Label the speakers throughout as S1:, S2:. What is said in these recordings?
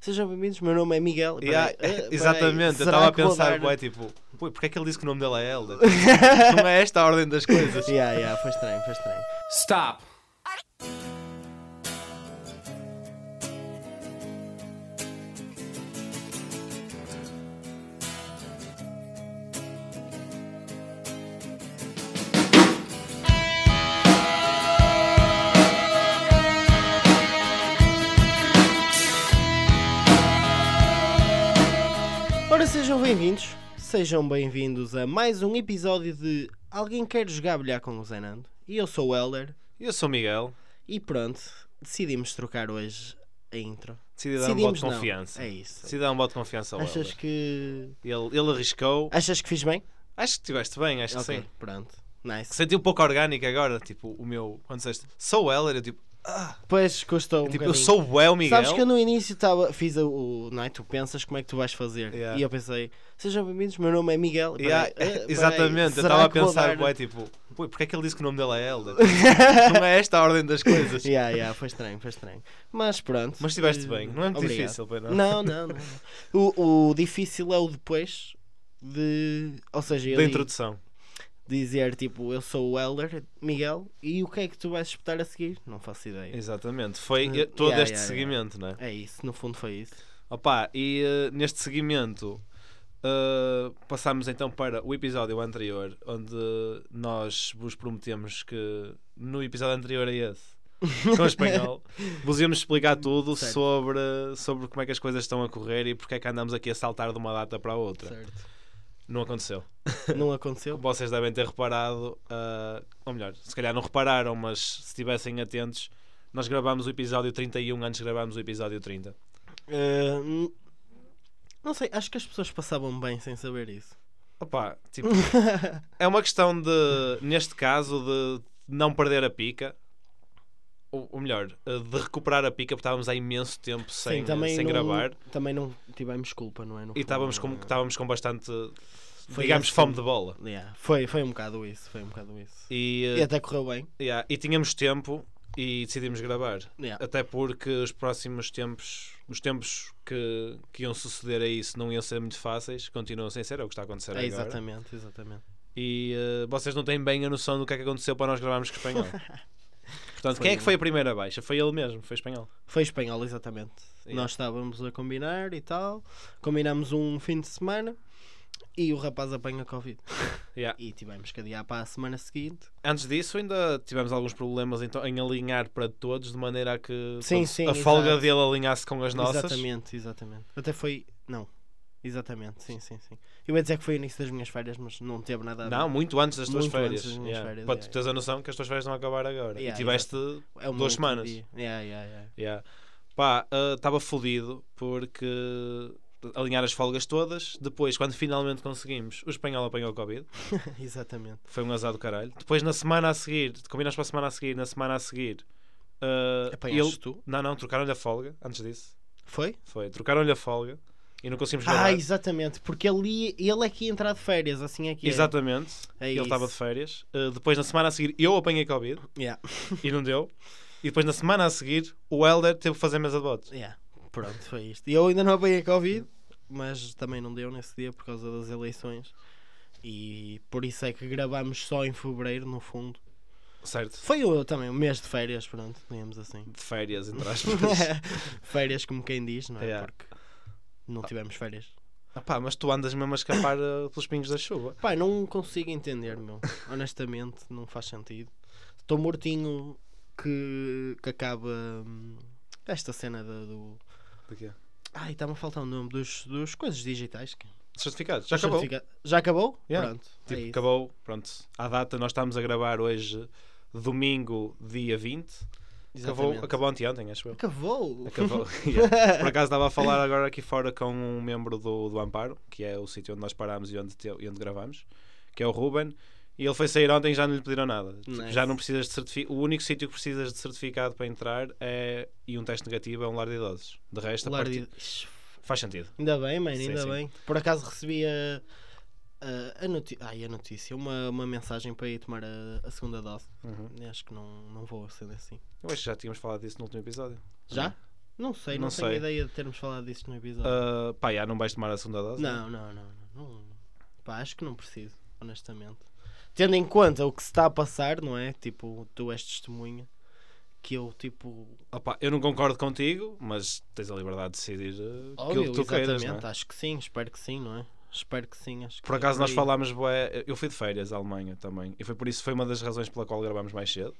S1: Sejam bem-vindos, meu nome é Miguel. Peraí,
S2: Yeah,
S1: ah, peraí,
S2: exatamente, eu
S1: será
S2: estava a
S1: que vou
S2: pensar,
S1: dar-
S2: bué, tipo, "Pô, porque é que ele disse que o nome dela é Elda? não é esta a ordem das coisas.
S1: Yeah, yeah, foi estranho, foi estranho.
S3: Stop.
S1: Ora, sejam bem-vindos, sejam bem-vindos a mais um episódio de Alguém Quer Jogar Bilhar com o Zenando. E eu sou o Elder,
S2: Eu sou o Miguel,
S1: e pronto, decidimos trocar hoje a intro.
S2: decidi dar um voto de
S1: não,
S2: confiança.
S1: É isso.
S2: Decidi dar um voto de confiança ao
S1: Achas
S2: Elder.
S1: que.
S2: Ele, ele arriscou.
S1: Achas que fiz bem?
S2: Acho que estiveste bem, acho
S1: ok,
S2: que sim.
S1: pronto. Nice.
S2: Senti um pouco orgânico agora, tipo, o meu, quando disseste, sou o Elder, eu tipo,
S1: Pois custou um
S2: tipo eu
S1: bocadinho.
S2: sou o El Miguel.
S1: Sabes que eu no início tava, fiz o, o. Não é? Tu pensas como é que tu vais fazer.
S2: Yeah.
S1: E eu pensei, sejam bem-vindos, meu nome é Miguel.
S2: Yeah,
S1: Peraí, eh, peraí,
S2: exatamente, eu
S1: será
S2: estava a
S1: que vou
S2: pensar,
S1: dar-
S2: bué, tipo, "Pô, porque é que ele disse que o nome dela é Elda? não é esta a ordem das coisas.
S1: Yeah, yeah, foi estranho, foi estranho. Mas pronto.
S2: Mas estiveste
S1: Eh,
S2: bem, não é muito
S1: obrigado.
S2: difícil, pois não?
S1: Não, não, não. O, o difícil é o depois de. Ou seja, eu
S2: Da
S1: di-
S2: introdução.
S1: dizer tipo, eu sou o Elder, Miguel, e o que é que tu vais espetar a seguir? Não faço ideia.
S2: Exatamente, foi
S1: Hum,
S2: eh, todo
S1: yeah,
S2: este
S1: yeah,
S2: seguimento, não é?
S1: É isso, no fundo foi isso.
S2: Opa, e eh, neste seguimento eh, passámos então para o episódio anterior, onde nós vos prometemos que no episódio anterior a esse, com o espanhol, vos íamos explicar tudo
S1: Certo.
S2: sobre, sobre como é que as coisas estão a correr e porque é que andamos aqui a saltar de uma data para a outra.
S1: Certo.
S2: Não aconteceu.
S1: Não aconteceu?
S2: Como vocês devem ter reparado, ah, ou melhor, se calhar não repararam, mas se estivessem atentos, nós gravámos o episódio 31 antes de gravarmos o episódio 30.
S1: Eh, n- não sei, acho que as pessoas passavam bem sem saber isso.
S2: Opa, tipo, é uma questão de, neste caso, de não perder a pica. Ou, ou melhor, ah, de recuperar a pica, porque estávamos há imenso tempo sem,
S1: Sim, também
S2: sem
S1: não,
S2: gravar.
S1: Também não tivemos culpa, não é? No
S2: E
S1: fundo,
S2: estávamos
S1: não
S2: com,
S1: é?
S2: estávamos com bastante,
S1: Foi
S2: digamos,
S1: assim.
S2: fome de bola.
S1: Yeah, foi, foi um bocado isso, foi um bocado isso.
S2: E,
S1: E,
S2: ah,
S1: até correu bem.
S2: yeah, e tínhamos tempo e decidimos gravar.
S1: Yeah.
S2: Até porque os próximos tempos, os tempos que, que iam suceder a isso não iam ser muito fáceis, continuam sem ser, é o que está a acontecer
S1: É,
S2: agora.
S1: exatamente, exatamente.
S2: E eh, vocês não têm bem a noção do que é que aconteceu para nós gravarmos com o espanhol. Portanto,
S1: Foi
S2: quem é que
S1: um-
S2: foi a primeira baixa? Foi ele mesmo, foi espanhol.
S1: Foi espanhol, exatamente.
S2: Yeah.
S1: Nós estávamos a combinar e tal. Combinámos um fim de semana e o rapaz apanha Covid.
S2: Yeah.
S1: E tivemos que adiar para a semana seguinte.
S2: Antes disso, ainda tivemos alguns problemas então, em alinhar para todos, de maneira a que
S1: Sim,
S2: pronto,
S1: sim,
S2: a folga
S1: exato.
S2: dele alinhasse com as nossas.
S1: Exatamente, exatamente. Até foi. Não. Exatamente, sim, sim, sim. Eu ia dizer que foi o início das minhas férias, mas não teve nada a ver.
S2: Não, muito antes das tuas
S1: Muito antes
S2: férias.
S1: das minhas
S2: yeah.
S1: férias,
S2: para
S1: yeah.
S2: tu teres a noção que as tuas férias vão acabar agora.
S1: Yeah,
S2: e tiveste
S1: É o meu
S2: duas
S1: último
S2: semanas.
S1: dia. Yeah, yeah, yeah.
S2: Yeah. Pá, estava fodido porque alinhar as folgas todas. Depois, quando finalmente conseguimos, o espanhol apanhou o Covid.
S1: Exatamente.
S2: Foi um azar do caralho. Depois, na semana a seguir, combinas para a semana a seguir, na semana a seguir. ah,
S1: Apanhaste
S2: ele-
S1: tu?
S2: Não, não, trocaram-lhe a folga antes disso.
S1: Foi?
S2: Foi, trocaram-lhe a folga e não conseguimos gravar.
S1: Ah, exatamente, porque ele, ia- ele é que ia entrar de férias, assim aqui.
S2: Exatamente.
S1: É
S2: ele
S1: isso.
S2: estava de férias. Ah, depois, na semana a seguir, eu apanhei Covid
S1: Yeah.
S2: e não deu. E depois, na semana a seguir, o Helder teve que fazer mesa de botes.
S1: Yeah. Pronto, foi isto. E eu ainda não apanhei Covid, mas também não deu nesse dia por causa das eleições. E por isso é que gravámos só em fevereiro, no fundo.
S2: Certo?
S1: Foi o, também um mês de férias, pronto, digamos assim.
S2: De férias, entre aspas.
S1: É. férias, como quem diz, não é?
S2: Yeah.
S1: Porque não tivemos férias.
S2: Ah pá, mas tu andas mesmo a escapar eh, pelos pingos da chuva.
S1: Pai, não consigo entender, meu. Honestamente, não faz sentido. Estou mortinho que, que acaba hum, esta cena da- do.
S2: De quê?
S1: Ai, está-me a faltar o nome dos, dos coisas digitais. que-
S2: Certificados, já acabou.
S1: Certifica- Já acabou?
S2: Yeah.
S1: Pronto. é
S2: Tipo,
S1: isso.
S2: acabou, pronto. À data, nós estamos a gravar hoje, domingo, dia 20. Acabou,
S1: Exatamente.
S2: acabou anteontem, acho eu.
S1: Acabou.
S2: Acabou. Yeah. Por acaso estava a falar agora aqui fora com um membro do, do Amparo, que é o sítio onde nós parámos e onde, te- e onde gravámos, que é o Ruben. E ele foi sair ontem e já não lhe pediram nada. Tipo,
S1: Nice.
S2: Já não precisas de certificado. O único sítio que precisas de certificado para entrar é e um teste negativo é um lar de idosos. De resto, a
S1: Lar
S2: partir-
S1: de- Ixi,
S2: faz sentido.
S1: Ainda bem, mano,
S2: Sim,
S1: ainda
S2: sim.
S1: bem. Por acaso recebi a, a, a noti- ai, a notícia, uma, uma mensagem para ir tomar a, a segunda dose.
S2: Uhum.
S1: Acho que não, não vou acender assim.
S2: Eu acho que já tínhamos falado disso no último episódio.
S1: Já? Não sei, não,
S2: Uhum. Não
S1: tenho
S2: sei.
S1: ideia de termos falado disso no episódio.
S2: Ah, pá, já não vais tomar a segunda dose?
S1: não, não, não, não, não. Pá, acho que não preciso, honestamente. Tendo em conta o que se está a passar, não é? Tipo, tu és testemunha. Que eu, tipo,
S2: Opa, eu não concordo contigo, mas tens a liberdade de decidir ah, aquilo
S1: óbvio,
S2: que tu
S1: exatamente,
S2: queiras. não é?
S1: acho que sim, espero que sim, não é? Espero que sim, acho
S2: Por
S1: que
S2: acaso
S1: é
S2: nós
S1: aí.
S2: falámos, bué, eu fui de férias à Alemanha também, e foi por isso foi uma das razões pela qual gravámos mais cedo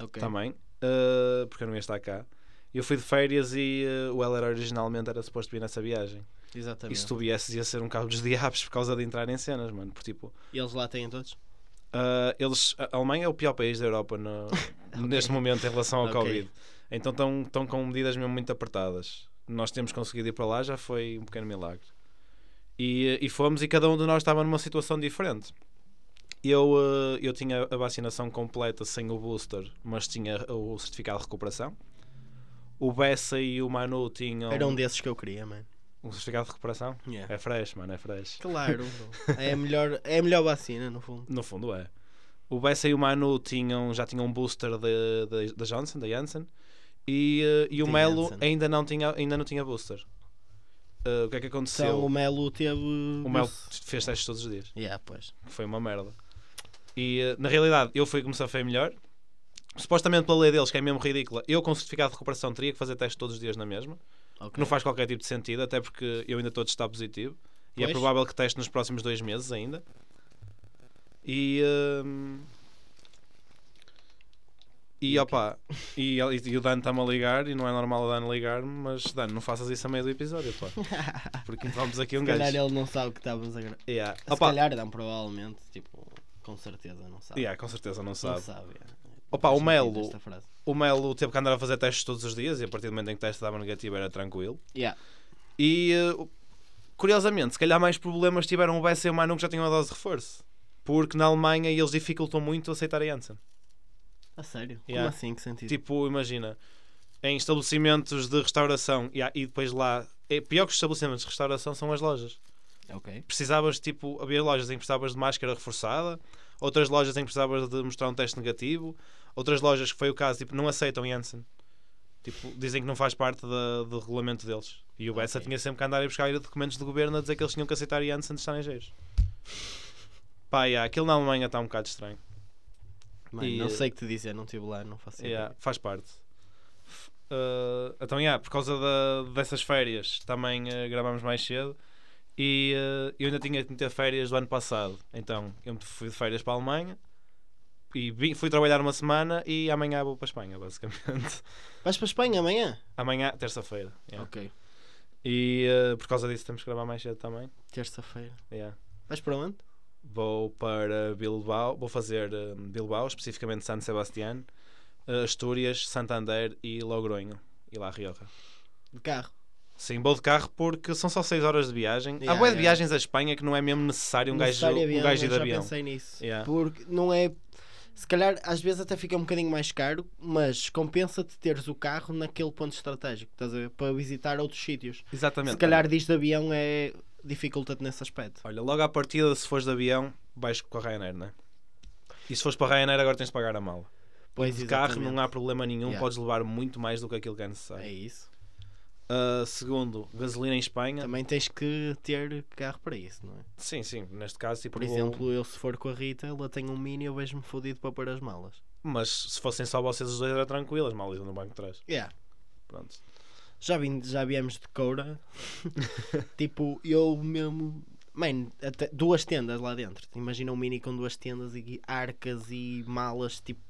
S1: Ok.
S2: também, ah, porque eu não ia estar cá. Eu fui de férias e ah, o Heller originalmente era suposto vir nessa viagem. E
S1: Exatamente.
S2: se tu viesses ia ser um cabo dos diabos por causa de entrar em cenas, mano. Por tipo,
S1: E eles lá têm todos?
S2: ah, eles, a Alemanha é o pior país da Europa no- neste momento em relação ao
S1: Ok.
S2: Covid. Então estão, estão com medidas mesmo muito apertadas. Nós temos conseguido ir para lá, já foi um pequeno milagre. E, e fomos e cada um de nós estava numa situação diferente. Eu, ah, eu tinha a vacinação completa sem o booster, mas tinha o certificado de recuperação. O Bessa e o Manu tinham
S1: Era um desses que eu queria, mano.
S2: um certificado de recuperação.
S1: Yeah.
S2: É fresh, mano, é fresh.
S1: Claro, bro. é a, melhor, é a melhor vacina, no fundo.
S2: No fundo é. O Bessa e o Manu tinham, já tinham um booster da da- da Johnson, da Janssen, e, eh, e o
S1: Da
S2: Melo
S1: Janssen.
S2: ainda não tinha, ainda não tinha booster. Eh, o que é que aconteceu?
S1: Então o Melo teve.
S2: o Melo fez testes todos os dias.
S1: Yeah, pois.
S2: Foi uma merda. E eh, na realidade, eu fui começar a fazer melhor. Supostamente pela lei deles, que é mesmo ridícula, eu com certificado de recuperação teria que fazer testes todos os dias na mesma, que
S1: Ok.
S2: não faz qualquer tipo de sentido, até porque eu ainda estou a testar positivo. E é
S1: Pois.
S2: provável que teste nos próximos dois meses ainda. E. hum, e opa, e, ele- e o Dan está-me a ligar, e não é normal o Dan ligar-me, mas Dan, não faças isso a meio do episódio, pá. Porque entramos aqui um
S1: Se calhar
S2: gajo.
S1: ele não sabe que estávamos a gravar.
S2: Yeah.
S1: Se
S2: Opa,
S1: calhar não, provavelmente. Tipo, com certeza não sabe.
S2: yeah, com certeza não
S1: Não
S2: sabe.
S1: sabe. yeah.
S2: Opa,
S1: Faz
S2: o
S1: sentido
S2: Melo,
S1: esta frase.
S2: o Melo teve que andar a fazer testes todos os dias, e a partir do momento em que o teste dava negativo era tranquilo.
S1: Yeah.
S2: E eh, curiosamente, se calhar mais problemas tiveram o Bessa e o Manu que já tinham a dose de reforço. Porque na Alemanha eles dificultam muito aceitar a Janssen.
S1: A sério?
S2: Yeah.
S1: Como assim? Que sentido?
S2: Tipo, imagina, em estabelecimentos de restauração e, há- e depois lá. É pior que os estabelecimentos de restauração são as lojas.
S1: Ok.
S2: Precisavas, tipo, havia lojas em que precisavas de máscara reforçada, outras lojas em que precisavas de mostrar um teste negativo, outras lojas que foi o caso, tipo, não aceitam Janssen. Tipo, dizem que não faz parte da- do regulamento deles. E o Bessa
S1: Ok.
S2: tinha sempre que andar a buscar documentos do governo a dizer que eles tinham que aceitar Janssen de estrangeiros. Pá, yeah, aquilo na Alemanha está um bocado estranho.
S1: Mano,
S2: E- eh,
S1: não sei o que te dizer, não estive lá, não faço ideia.
S2: Yeah, faz parte. F- eh, então, yeah, por causa da- dessas férias, também eh, gravámos mais cedo. E eh, eu ainda tinha que meter férias do ano passado. Então, eu me fui de férias para a Alemanha. E vim- fui trabalhar uma semana e amanhã vou para a Espanha, basicamente.
S1: Vais para a Espanha amanhã?
S2: amanhã, terça-feira. yeah.
S1: Ok.
S2: E eh, por causa disso temos que gravar mais cedo também.
S1: Terça-feira.
S2: yeah.
S1: Vais para onde?
S2: Vou para Bilbao, vou fazer eh, Bilbao, especificamente San Sebastián, eh, Astúrias, Santander e Logroño e La Rioja.
S1: De carro.
S2: Sim, vou de carro porque são só 6 horas de viagem. Há
S1: Yeah,
S2: boas
S1: yeah.
S2: viagens à Espanha que não é mesmo necessário um gajo,
S1: Necessário
S2: um gajo ir de
S1: eu já
S2: avião.
S1: pensei nisso.
S2: Yeah.
S1: Porque não é. Se calhar às vezes até fica um bocadinho mais caro, mas compensa-te teres o carro naquele ponto estratégico, estás a ver? Para visitar outros sítios.
S2: Exatamente.
S1: Se calhar diz de avião é. dificulta-te nesse aspecto.
S2: Olha, logo à partida, se fores de avião, vais com a Ryanair, não é? E se fores para a Ryanair, agora tens de pagar a mala.
S1: Pois
S2: De carro não há problema nenhum,
S1: Yeah.
S2: podes levar muito mais do que aquilo que é necessário.
S1: É isso.
S2: Ah, segundo, gasolina em Espanha.
S1: Também tens que ter carro para isso, não é?
S2: Sim, sim, neste caso, tipo,
S1: Por
S2: vou-
S1: exemplo, eu se for com a Rita, ela tem um mini, eu vejo-me fodido para pôr as malas.
S2: Mas se fossem só vocês os dois, era tranquilo, as malas no banco de trás.
S1: Yeah.
S2: Pronto.
S1: Já, vim, já viemos de coura. tipo, eu mesmo. Mano, até duas tendas lá dentro. Imagina um mini com duas tendas e arcas e malas, tipo,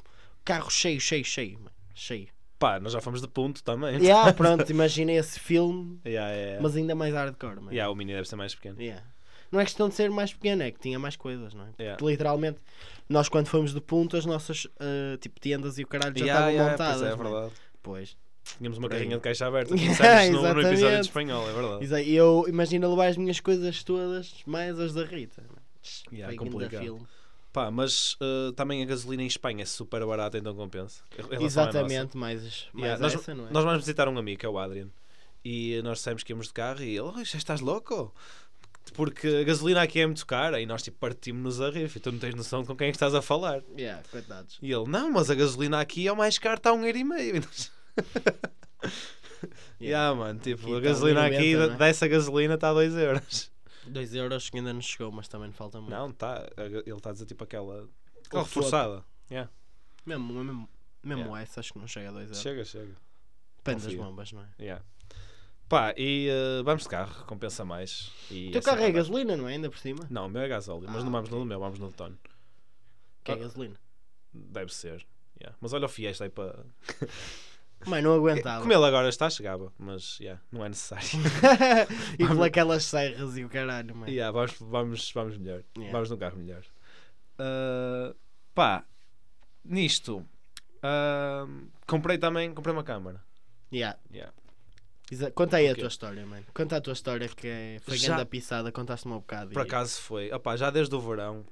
S1: carro cheio, cheio, cheio, mano. Cheio.
S2: Pá, nós já fomos de ponto também.
S1: Yeah, pronto, imagina esse filme,
S2: Yeah, yeah, yeah.
S1: mas ainda mais hardcore, mano.
S2: Yeah, o mini deve ser mais pequeno.
S1: Yeah. Não é questão de ser mais pequeno, é que tinha mais coisas, não é? Porque,
S2: Yeah.
S1: Literalmente, nós quando fomos de ponto, as nossas ah, tipo tendas e o caralho já
S2: Yeah,
S1: estavam montadas.
S2: yeah, pois
S1: né?
S2: é, é
S1: mano.
S2: verdade.
S1: Pois.
S2: Tínhamos uma
S1: Por aí.
S2: carrinha de caixa aberta.
S1: Yeah,
S2: Dissemos no, no episódio
S1: exatamente.
S2: de espanhol, é verdade.
S1: Isa- Eu imagino levar as minhas coisas todas, mais as da Rita. mano.
S2: Yeah,
S1: Foi grande
S2: complicado.
S1: filme.
S2: Pá, mas eh, também a gasolina em Espanha é super barata, então compensa. Em relação à nossa.
S1: Exatamente, mais, mais
S2: Yeah, nós,
S1: essa, não é?
S2: nós vamos visitar um amigo, que é o Adrian. E nós dissemos que íamos de carro e ele, "Oh, já estás louco? Porque a gasolina aqui é muito cara e nós tipo partimos-nos a rir. E tu não tens noção de com quem é que estás a falar.
S1: Yeah, coitados.
S2: E ele, não, mas a gasolina aqui é o mais caro, está a um euro e meio. E nós- Yeah, mano, tipo,
S1: Aqui
S2: a
S1: tá
S2: gasolina aqui,
S1: 1,90, né?
S2: dessa gasolina está a 2 euros.
S1: 2 euros que ainda não chegou, mas também falta muito.
S2: Não, está. Ele está a dizer tipo aquela. aquela
S1: O top.
S2: reforçada.
S1: Mesmo, mesmo, mesmo
S2: Yeah.
S1: essa, acho que não chega a 2 euros.
S2: Chega, chega.
S1: Depende das
S2: confia.
S1: bombas, não é?
S2: Yeah. Pá, e eh, vamos de carro, compensa mais. E
S1: O teu
S2: essa
S1: carro é
S2: roda-
S1: gasolina, não é? Ainda por cima?
S2: Não, o meu é gasóleo, mas
S1: Ah,
S2: não vamos
S1: ok.
S2: no meu, vamos no Tony.
S1: Que é
S2: Ah.
S1: gasolina.
S2: Deve ser. yeah. Mas olha o Fiesta aí para.
S1: Mãe, não aguentava.
S2: Como ele agora está, chegava, mas yeah, não é necessário.
S1: e por aquelas serras e o caralho, mano.
S2: Yeah, vamos, vamos, vamos melhor.
S1: Yeah.
S2: Vamos num carro melhor. Ah, pá, nisto. ah, comprei também, comprei uma câmara.
S1: Yeah.
S2: Yeah.
S1: Exa- Conta aí a
S2: Ok.
S1: tua história, mano. Conta a tua história que é, foi
S2: Já-
S1: grande a pisada, contaste-me um bocado.
S2: Por
S1: e-
S2: acaso foi, opá, já desde o verão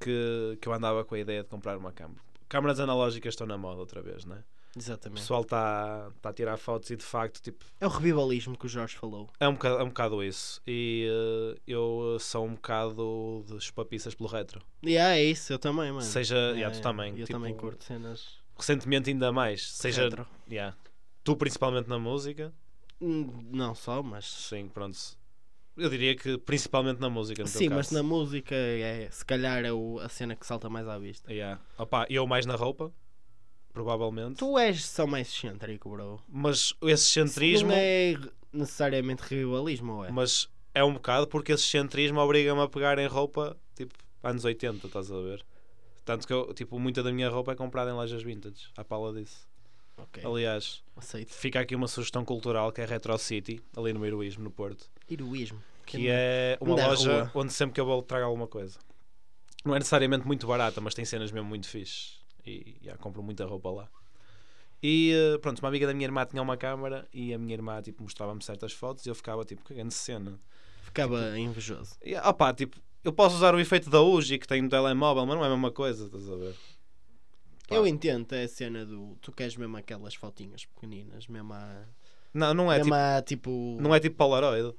S2: que, que eu andava com a ideia de comprar uma câmara. Câmaras analógicas estão na moda outra vez, né? O
S1: Exatamente.
S2: pessoal está tá a tirar fotos e de facto, tipo,
S1: É o revivalismo que o Jorge falou.
S2: é um bocado, é um bocado isso. E eh, eu eh, sou um bocado de chupapiças pelo retro.
S1: E yeah, é isso, eu também, mano.
S2: Seja, yeah, tu
S1: É,
S2: também.
S1: Eu
S2: tipo,
S1: também curto cenas.
S2: Recentemente ainda mais. Seja,
S1: retro.
S2: yeah, tu principalmente na música. um,
S1: Hum, Não só, mas.
S2: Sim, pronto. Eu diria que principalmente na música. No teu
S1: Sim, mas na
S2: caso.
S1: música é se calhar é o- a cena que salta mais à vista.
S2: Yeah. Opá, eu mais na roupa, provavelmente.
S1: Tu és só mais excêntrico, bro.
S2: Mas esse centrismo.
S1: Não é necessariamente revivalismo, ou é?
S2: Mas é um bocado porque esse centrismo obriga-me a pegar em roupa tipo anos 80, estás a ver? Tanto que eu, tipo, muita da minha roupa é comprada em lojas vintage, à pala disso.
S1: Ok,
S2: Aliás,
S1: aceito.
S2: fica aqui uma sugestão cultural que é a Retro City, ali no Heroísmo, no Porto,
S1: Heroísmo.
S2: que é uma
S1: Da
S2: loja
S1: rua.
S2: onde sempre que eu vou trago alguma coisa. Não é necessariamente muito barata, mas tem cenas mesmo muito fixe. E já compro muita roupa lá. E eh, pronto, uma amiga da minha irmã tinha uma câmara e a minha irmã tipo, mostrava-me certas fotos e eu ficava tipo, que grande cena. tipo,
S1: Ficava invejoso.
S2: E, opá, tipo, eu posso usar o efeito da UGI que tenho no telemóvel, mas não é a mesma coisa, estás a ver? Pá.
S1: Eu entendo é a cena do. Tu queres mesmo aquelas fotinhas pequeninas, mesmo a.
S2: Não, não é,
S1: mesmo
S2: tipo,
S1: a, tipo.
S2: não é tipo Polaroid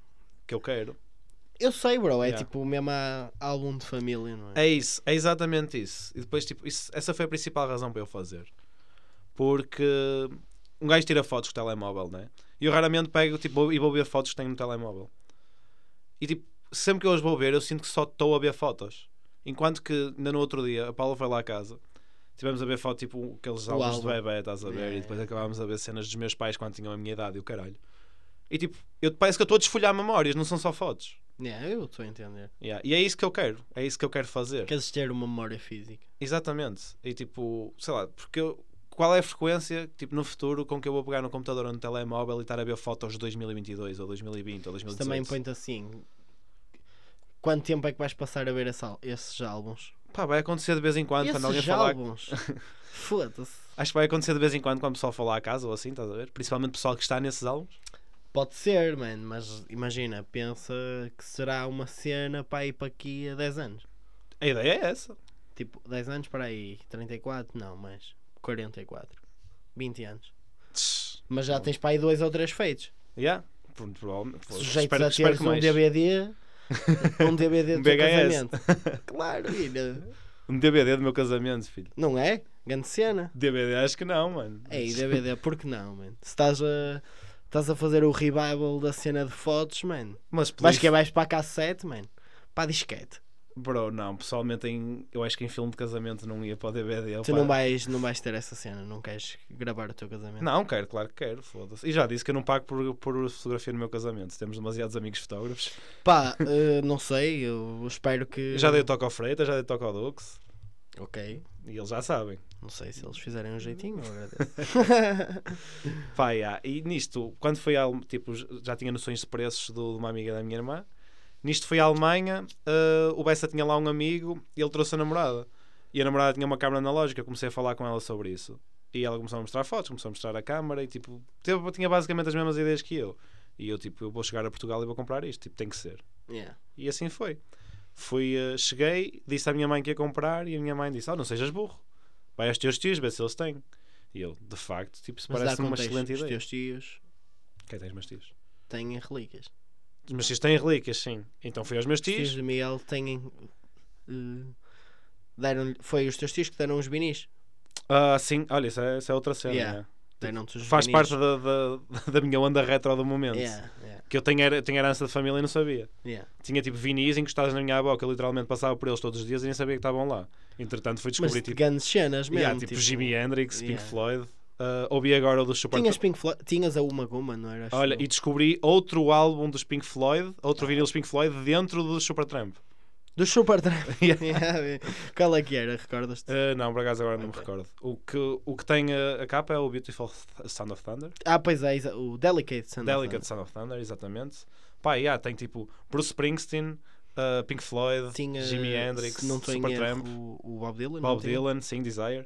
S2: que eu quero.
S1: Eu sei, bro. É
S2: Yeah.
S1: tipo mesmo a álbum de família, não é?
S2: É isso, é exatamente isso. E depois, tipo, isso- essa foi a principal razão para eu fazer. Porque um gajo tira fotos com o telemóvel, né? E eu raramente pego tipo, vou- e vou ver fotos que tenho no telemóvel. E tipo, sempre que eu as vou ver, eu sinto que só estou a ver fotos. Enquanto que ainda no outro dia, a Paula foi lá a casa, tivemos a ver foto, tipo, aqueles
S1: O
S2: álbuns de
S1: álbum.
S2: bebê, estás a ver?
S1: Yeah,
S2: e depois acabámos a ver cenas dos meus pais quando tinham a minha idade e o caralho. E tipo, eu, parece que eu estou a desfolhar memórias, não são só fotos.
S1: Yeah, eu estou a entender.
S2: Yeah. E é isso que eu quero, é isso que eu quero fazer.
S1: Queres ter uma memória física.
S2: Exatamente. E tipo, sei lá, porque eu- qual é a frequência, tipo, no futuro com que eu vou pegar no computador ou no telemóvel e estar a ver fotos de 2022 ou 2020 ou
S1: Mas
S2: 2018?
S1: também põe-te assim. Quanto tempo é que vais passar a ver esse al- esses álbuns?
S2: Pá, vai acontecer de vez em quando quando alguém
S1: esses
S2: falar.
S1: álbuns? Foda-se.
S2: Acho que vai acontecer de vez em quando quando o pessoal falar a casa ou assim, estás a ver? Principalmente o pessoal que está nesses álbuns.
S1: Pode ser, mano, mas imagina, pensa que será uma cena para ir para aqui a 10 anos.
S2: A ideia é essa.
S1: Tipo, 10 anos para aí, 34? Não, mas 44. 20 anos.
S2: Tch,
S1: Mas já tens para aí dois ou três feitos.
S2: Yeah. Pro- Provavelmente. Pô,
S1: Sujeitos
S2: espero,
S1: a
S2: espero
S1: teres
S2: que
S1: um
S2: mais.
S1: DVD, um DVD
S2: Um
S1: do teu
S2: VHS.
S1: casamento. Claro, filho.
S2: Um DVD do meu casamento, filho.
S1: Não é? Grande cena.
S2: DVD acho que não, mano.
S1: Ei, DVD, por que não, mano? Se estás a, estás a fazer o revival da cena de fotos, mano.
S2: Mas
S1: Vais
S2: podia-
S1: que é mais para a cassete, mano. Para a disquete.
S2: Bro, não, pessoalmente em- eu acho que em filme de casamento não ia para o DVD.
S1: Tu
S2: opá.
S1: não vais, não vais ter essa cena, não queres gravar o teu casamento.
S2: Não, quero, claro que quero, foda-se. E já disse que eu não pago por, por fotografia no meu casamento. Temos demasiados amigos fotógrafos.
S1: Pá, eh, não sei, eu espero que.
S2: Eu já dei o toque ao Freita, já dei o toque ao Dux.
S1: Ok,
S2: E eles já sabem.
S1: não sei se eles fizerem um jeitinho, eu agradeço.
S2: Pá, já. E nisto, quando foi a Alemanha, tipo, já tinha noções de preços do- de uma amiga da minha irmã. Nisto foi à Alemanha, eh, o Bessa tinha lá um amigo e ele trouxe a namorada. E a namorada tinha uma câmara analógica, eu comecei a falar com ela sobre isso. E ela começou a mostrar fotos, começou a mostrar a câmara e tipo, teve, tinha basicamente as mesmas ideias que eu. E eu tipo, eu vou chegar a Portugal e vou comprar isto, tipo, tem que ser.
S1: Yeah.
S2: E assim foi. Fui, eh, cheguei, disse à minha mãe que ia comprar e a minha mãe disse: "Ah, não sejas burro. Vai aos teus tios, vê se eles têm. E eu, de facto, tipo, se
S1: Mas
S2: parece
S1: dá
S2: uma
S1: contexto,
S2: excelente
S1: os
S2: ideia.
S1: teus tios
S2: Quem tem os meus tios?
S1: têm relíquias.
S2: Os meus tios têm relíquias, sim. Então fui aos meus
S1: Os tios
S2: tios.
S1: de Miguel têm. eh, deram-lhe- foi os teus tios que deram os vinis.
S2: Ah, sim, olha, isso é, isso é outra cena.
S1: Yeah.
S2: né?
S1: deram-te os
S2: Faz
S1: vinis.
S2: parte da, da, da minha onda retro do momento.
S1: Yeah, yeah,
S2: Que eu tenho, her- tenho herança de família e não sabia.
S1: yeah.
S2: Tinha tipo vinis encostados na minha boca, eu literalmente passava por eles todos os dias e nem sabia que estavam lá. Entretanto, fui
S1: Mas
S2: descobrir
S1: de
S2: tipo,
S1: grandes cenas mesmo.
S2: yeah, tipo, Jimi Hendrix,
S1: yeah.
S2: Pink Floyd. Ah, ouvi agora o do Super
S1: Tinhas, Pink Floyd, tinhas a Uma Goma, não era? Acho
S2: Olha,
S1: eu.
S2: e descobri outro álbum dos Pink Floyd, outro vinil dos Pink Floyd dentro do Supertramp.
S1: Do Supertramp.
S2: Yeah.
S1: Yeah, Qual é que era? Recordas-te?
S2: Ah, não, por acaso agora não me
S1: Ok.
S2: recordo. O que, o que tem a, a capa é o Beautiful Th- Sound of Thunder.
S1: Ah, pois é, exa- o Delicate Sound. of
S2: Delicate Sound of Thunder, exatamente. Pá, yeah, tem tipo Bruce Springsteen, ah, Pink Floyd,
S1: Thunder. Tinha,
S2: Jimi Hendrix,
S1: se não estou em
S2: Supertramp,
S1: erro, o, o Bob Dylan. não
S2: Bob
S1: tinha?
S2: Dylan, Sing Desire.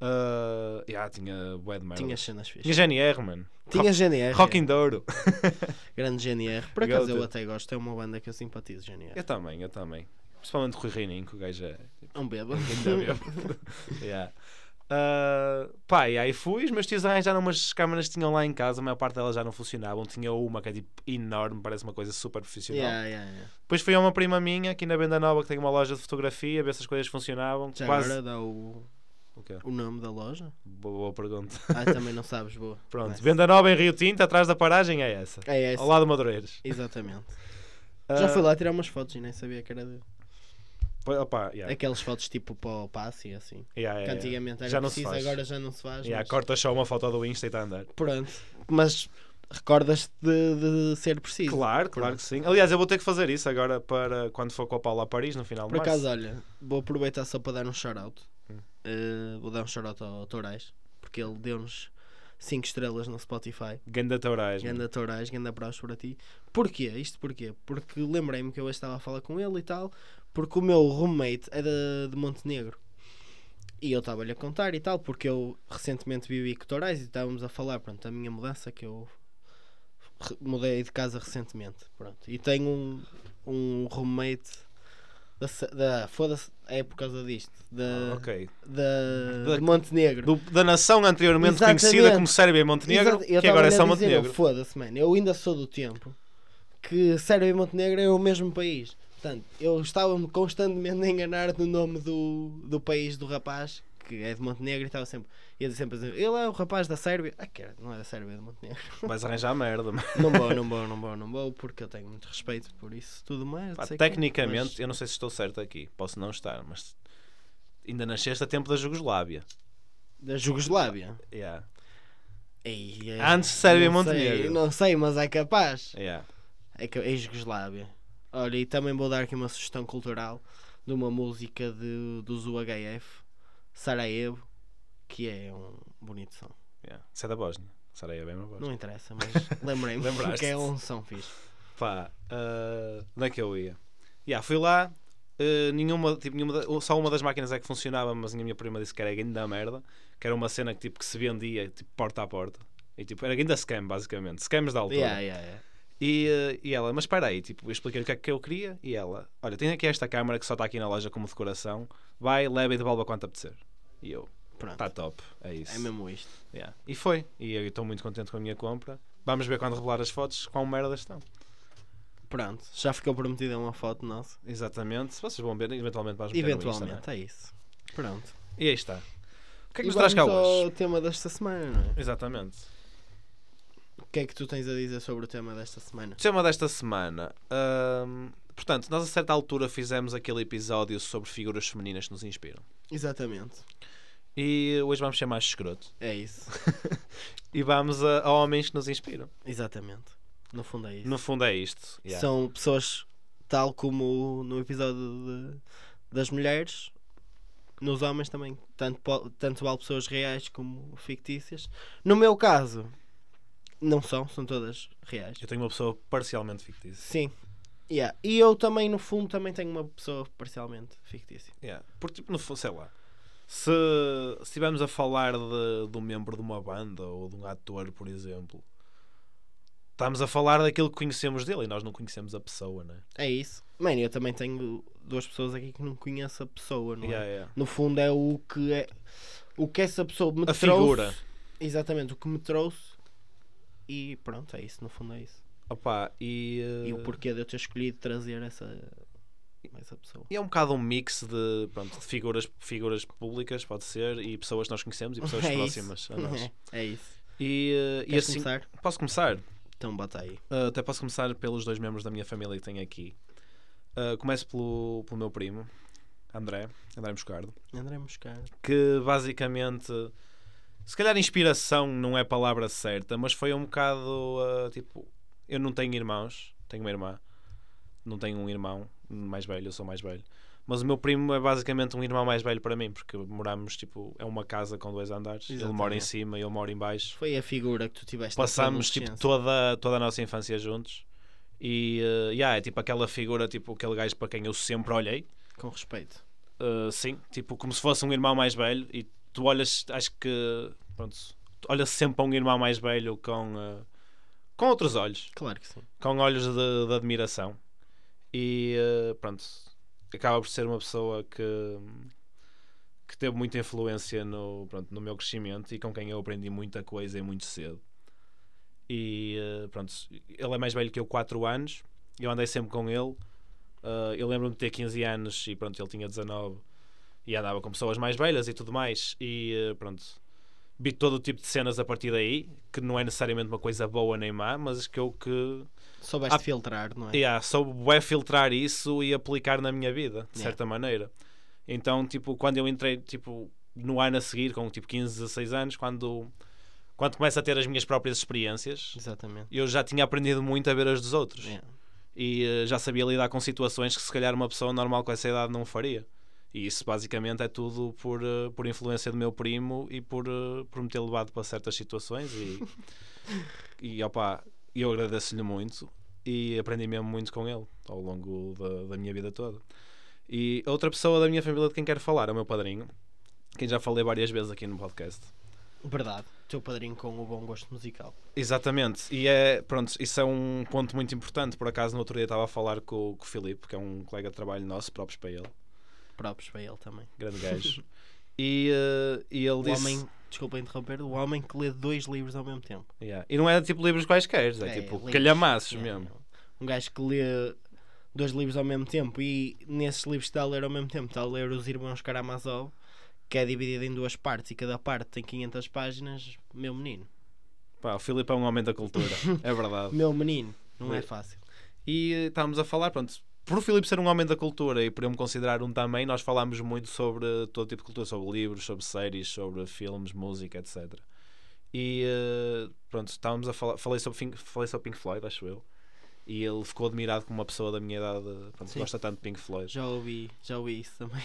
S2: Ah, yeah, tinha Bad Metal.
S1: Tinha cenas fixas.
S2: Tinha GNR, mano.
S1: Tinha GNR.
S2: Rocking Douro.
S1: Grande GNR. Por acaso eu
S2: Gosto.
S1: até gosto, é uma banda que eu simpatizo, GNR.
S2: Eu também, eu também. Principalmente Rui Reininho, que o gajo é.
S1: É um bêbado.
S2: Ainda bem. yeah. Ah, pá, e aí fui. Os meus tios arranjaram umas câmaras que tinham lá em casa, a maior parte delas já não funcionavam. Tinha uma que é tipo enorme, parece uma coisa super profissional.
S1: Yeah, yeah, yeah.
S2: Depois fui a uma prima minha aqui na Benda Nova que tem uma loja de fotografia, ver se as coisas funcionavam.
S1: Já
S2: Quase.
S1: agora dá o,
S2: O quê?
S1: o nome da loja?
S2: Boa, boa pergunta.
S1: Ah, também não sabes, boa.
S2: Pronto,
S1: Nice.
S2: Benda Nova em Rio Tinto, atrás da paragem é essa.
S1: É essa.
S2: Ao lado de Madureiros.
S1: Exatamente.
S2: Ah,
S1: Já fui lá tirar umas fotos e nem sabia que era dele.
S2: pô- opá, yeah,
S1: Aquelas fotos tipo para o passe e assim.
S2: yeah,
S1: que
S2: yeah, yeah.
S1: antigamente era
S2: É, Já não se
S1: preciso,
S2: faz.
S1: agora já não se faz.
S2: Yeah,
S1: mas-
S2: corta só uma foto do Insta e está a andar.
S1: Pronto. Mas recordas-te de, de ser preciso.
S2: Claro, claro
S1: Pronto.
S2: que sim. Aliás, eu vou ter que fazer isso agora para quando for com a Paula a Paris no final
S1: Por
S2: de março.
S1: acaso, olha, vou aproveitar só para dar um shout-out.
S2: Hum.
S1: Eh, vou dar um shout-out ao Tourais, porque ele deu-nos 5 estrelas no Spotify.
S2: Ganda Taurais. mano.
S1: Ganda Tourais, ganda abraço para ti. Porquê? Isto porquê? Porque lembrei-me que eu hoje estava a falar com ele e tal, porque o meu roommate é de, de Montenegro. E eu estava-lhe a contar e tal, porque eu recentemente vivi com Tourais e estávamos a falar, pronto, da minha mudança que eu re- mudei de casa recentemente, pronto. E tenho um, um roommate da, se- da foda-se, é por causa disto, da,
S2: Ah, Ok.
S1: da,
S2: Da-
S1: de Montenegro.
S2: Do- da nação anteriormente
S1: Exatamente.
S2: conhecida como Sérbia e Montenegro,
S1: Exato, eu
S2: que agora é
S1: tava-lhe a
S2: só
S1: dizer,
S2: Montenegro.
S1: eu, Foda-se, mano. Eu ainda sou do tempo que Sérvia e Montenegro é o mesmo país. Portanto, eu estava-me constantemente a enganar no nome do, do país do rapaz, que é de Montenegro, e estava sempre. Ele sempre a dizer, ele é o rapaz da Sérvia. Ah, que era, não é da Sérvia, é de Montenegro.
S2: Vais arranjar merda. mano.
S1: não vou, não vou, não vou, não vou, porque eu tenho muito respeito por isso tudo mais.
S2: Pá,
S1: não sei o quê,
S2: tecnicamente,
S1: mas-
S2: eu não sei se estou certo aqui, posso não estar, mas ainda nasceste a tempo da Jugoslávia.
S1: Da Jugoslávia.
S2: Yeah.
S1: Ei, é-
S2: Antes de Sérvia e
S1: não sei,
S2: Montenegro.
S1: Não sei, mas é capaz.
S2: Yeah.
S1: É que- é Jugoslávia. Olha, e também vou dar aqui uma sugestão cultural de uma música de, dos UHF, Sarajevo, que é um bonito som.
S2: Yeah. Isso é da Bósnia. Saraiva é bem uma Bósnia.
S1: Não interessa, mas lembrei-me
S2: Lembraste-te.
S1: que é um som fixe.
S2: Pá, ah, onde é que eu ia? Yeah, fui lá, ah, nenhuma, tipo, nenhuma da- só uma das máquinas é que funcionava, mas a minha prima disse que era da merda, que era uma cena que, tipo, que se vendia tipo, porta a porta. E tipo, era ainda scam, basicamente. Scams da altura.
S1: Yeah, yeah, yeah.
S2: E, eh, e ela, mas espera aí, tipo, eu expliquei o que é que eu queria e ela, olha, tem aqui esta câmara que só está aqui na loja como decoração, vai, leva e devolve a quanto apetecer. E eu,
S1: Pronto,
S2: está top, é isso.
S1: é mesmo isto.
S2: Yeah. E foi, e eu estou muito contente com a minha compra. Vamos ver quando revelar as fotos quão merdas estão.
S1: Pronto, já ficou prometida uma foto nossa.
S2: Exatamente, se vocês vão ver, eventualmente vais meter no Insta, não é?
S1: Eventualmente, é isso. Pronto.
S2: E aí está. O que é que
S1: E
S2: nos traz cá
S1: vamos
S2: hoje?
S1: ao tema desta semana, não é?
S2: Exatamente.
S1: O que é que tu tens a dizer sobre o tema desta semana?
S2: O tema desta semana. hum, portanto, nós a certa altura fizemos aquele episódio sobre figuras femininas que nos inspiram.
S1: Exatamente,
S2: E hoje vamos ser mais escroto.
S1: é isso.
S2: E vamos a, a homens que nos inspiram.
S1: Exatamente, no fundo é isso.
S2: No fundo é isto. Yeah.
S1: São pessoas, tal como no episódio de- das mulheres, nos homens também. Tanto, po- tanto vale pessoas reais como fictícias. No meu caso, não são, são todas reais.
S2: Eu tenho uma pessoa parcialmente fictícia.
S1: Sim. Yeah. E eu também, no fundo, também tenho uma pessoa parcialmente fictícia.
S2: Yeah. Porque, tipo, no fundo, sei lá. Se se estivermos a falar de, de um membro de uma banda ou de um ator, por exemplo, estamos a falar daquilo que conhecemos dele e nós não conhecemos a pessoa, né?
S1: É isso. Mano, eu também tenho duas pessoas aqui que não conheço a pessoa, não é?
S2: Yeah, yeah.
S1: No fundo é o que é o que essa pessoa me
S2: A
S1: trouxe.
S2: figura.
S1: Exatamente, o que me trouxe. E pronto, é isso, no fundo é isso.
S2: Opa, e, eh,
S1: E o porquê de eu ter escolhido trazer essa, essa pessoa.
S2: e é um bocado um mix de, pronto, de figuras, figuras públicas, pode ser, e pessoas que nós conhecemos e pessoas
S1: É isso.
S2: próximas a nós.
S1: É, é isso.
S2: E, eh, e
S1: Queres
S2: assim.
S1: começar?
S2: Posso começar?
S1: Então bota aí.
S2: Uh, até posso começar pelos dois membros da minha família que tenho aqui. Uh, começo pelo, pelo meu primo, André, André Moscardo,
S1: André Moscardo.
S2: que basicamente, se calhar inspiração não é a palavra certa, mas foi um bocado uh, tipo: eu não tenho irmãos, tenho uma irmã, não tenho um irmão mais velho, eu sou mais velho. Mas o meu primo é basicamente um irmão mais velho para mim, porque moramos, tipo, é uma casa com dois andares. Ele mora
S1: Exatamente.
S2: em
S1: é
S2: cima e eu moro em baixo
S1: Foi a figura que tu tiveste. na tua
S2: passámos tipo,
S1: adolescência.
S2: toda, toda a nossa infância juntos e eh, yeah, é tipo aquela figura, tipo aquele gajo para quem eu sempre olhei,
S1: Com respeito.
S2: eh, sim, tipo como se fosse um irmão mais velho e tu olhas, acho que pronto, tu olhas sempre para um irmão mais velho com, eh, com outros olhos,
S1: Claro que sim.
S2: com olhos de, de admiração e eh, pronto, acaba por ser uma pessoa que que teve muita influência no, pronto, no meu crescimento e com quem eu aprendi muita coisa e muito cedo. E eh, pronto, ele é mais velho que eu 4 anos, eu andei sempre com ele. Eh, eu lembro-me de ter 15 anos e pronto, ele tinha 19 e andava com pessoas mais velhas e tudo mais. E eh, pronto, vi todo o tipo de cenas a partir daí, que não é necessariamente uma coisa boa nem má, mas que eu que
S1: Soubeste
S2: Ah,
S1: filtrar, não é?
S2: Yeah, soube bué filtrar isso e aplicar na minha vida, de
S1: Yeah.
S2: certa maneira. Então, tipo, quando eu entrei, tipo, no ano a seguir, com tipo 15, 16 anos, quando, quando começo a ter as minhas próprias experiências,
S1: Exatamente. É.
S2: eu já tinha aprendido muito a ver as dos outros.
S1: Yeah.
S2: E eh, já sabia lidar com situações que se calhar uma pessoa normal com essa idade não faria. E isso basicamente é tudo por, eh, por influência do meu primo e por, eh, por me ter levado para certas situações e, e opá, eu agradeço-lhe muito e aprendi mesmo muito com ele ao longo da, da minha vida toda. E a outra pessoa da minha família de quem quero falar é o meu padrinho, quem já falei várias vezes aqui no podcast.
S1: Verdade. Teu padrinho com o bom gosto musical.
S2: Exatamente, e é, pronto, isso é um ponto muito importante. Por acaso, no outro dia estava a falar com, o- com o Filipe, que é um colega de trabalho nosso, próprios para ele,
S1: Próprios para ele também.
S2: grande gajo. e, eh, e ele
S1: O
S2: disse.
S1: Um homem, desculpa interromper, o homem que lê dois livros ao mesmo tempo.
S2: Yeah. E não é tipo livros quaisquer, é,
S1: É,
S2: tipo
S1: livros.
S2: calhamaços
S1: Yeah,
S2: mesmo.
S1: yeah. Um gajo que lê dois livros ao mesmo tempo e nesses livros que está a ler ao mesmo tempo está a ler Os Irmãos Karamazov, que é dividido em duas partes e cada parte tem 500 páginas. Meu menino,
S2: Pá, o Filipe é um homem da cultura, é verdade.
S1: meu menino, não é
S2: Lê.
S1: fácil.
S2: E eh, estávamos a falar, pronto, por o Filipe ser um homem da cultura e por eu me considerar um também, nós falámos muito sobre todo tipo de cultura, sobre livros, sobre séries, sobre filmes, música, etc. E eh, pronto, estávamos a falar, falei sobre, Pink- falei sobre Pink Floyd, acho eu. E ele ficou admirado com uma pessoa da minha idade, pronto,
S1: Sim.
S2: gosta tanto de Pink Floyd.
S1: Já ouvi, já ouvi isso também.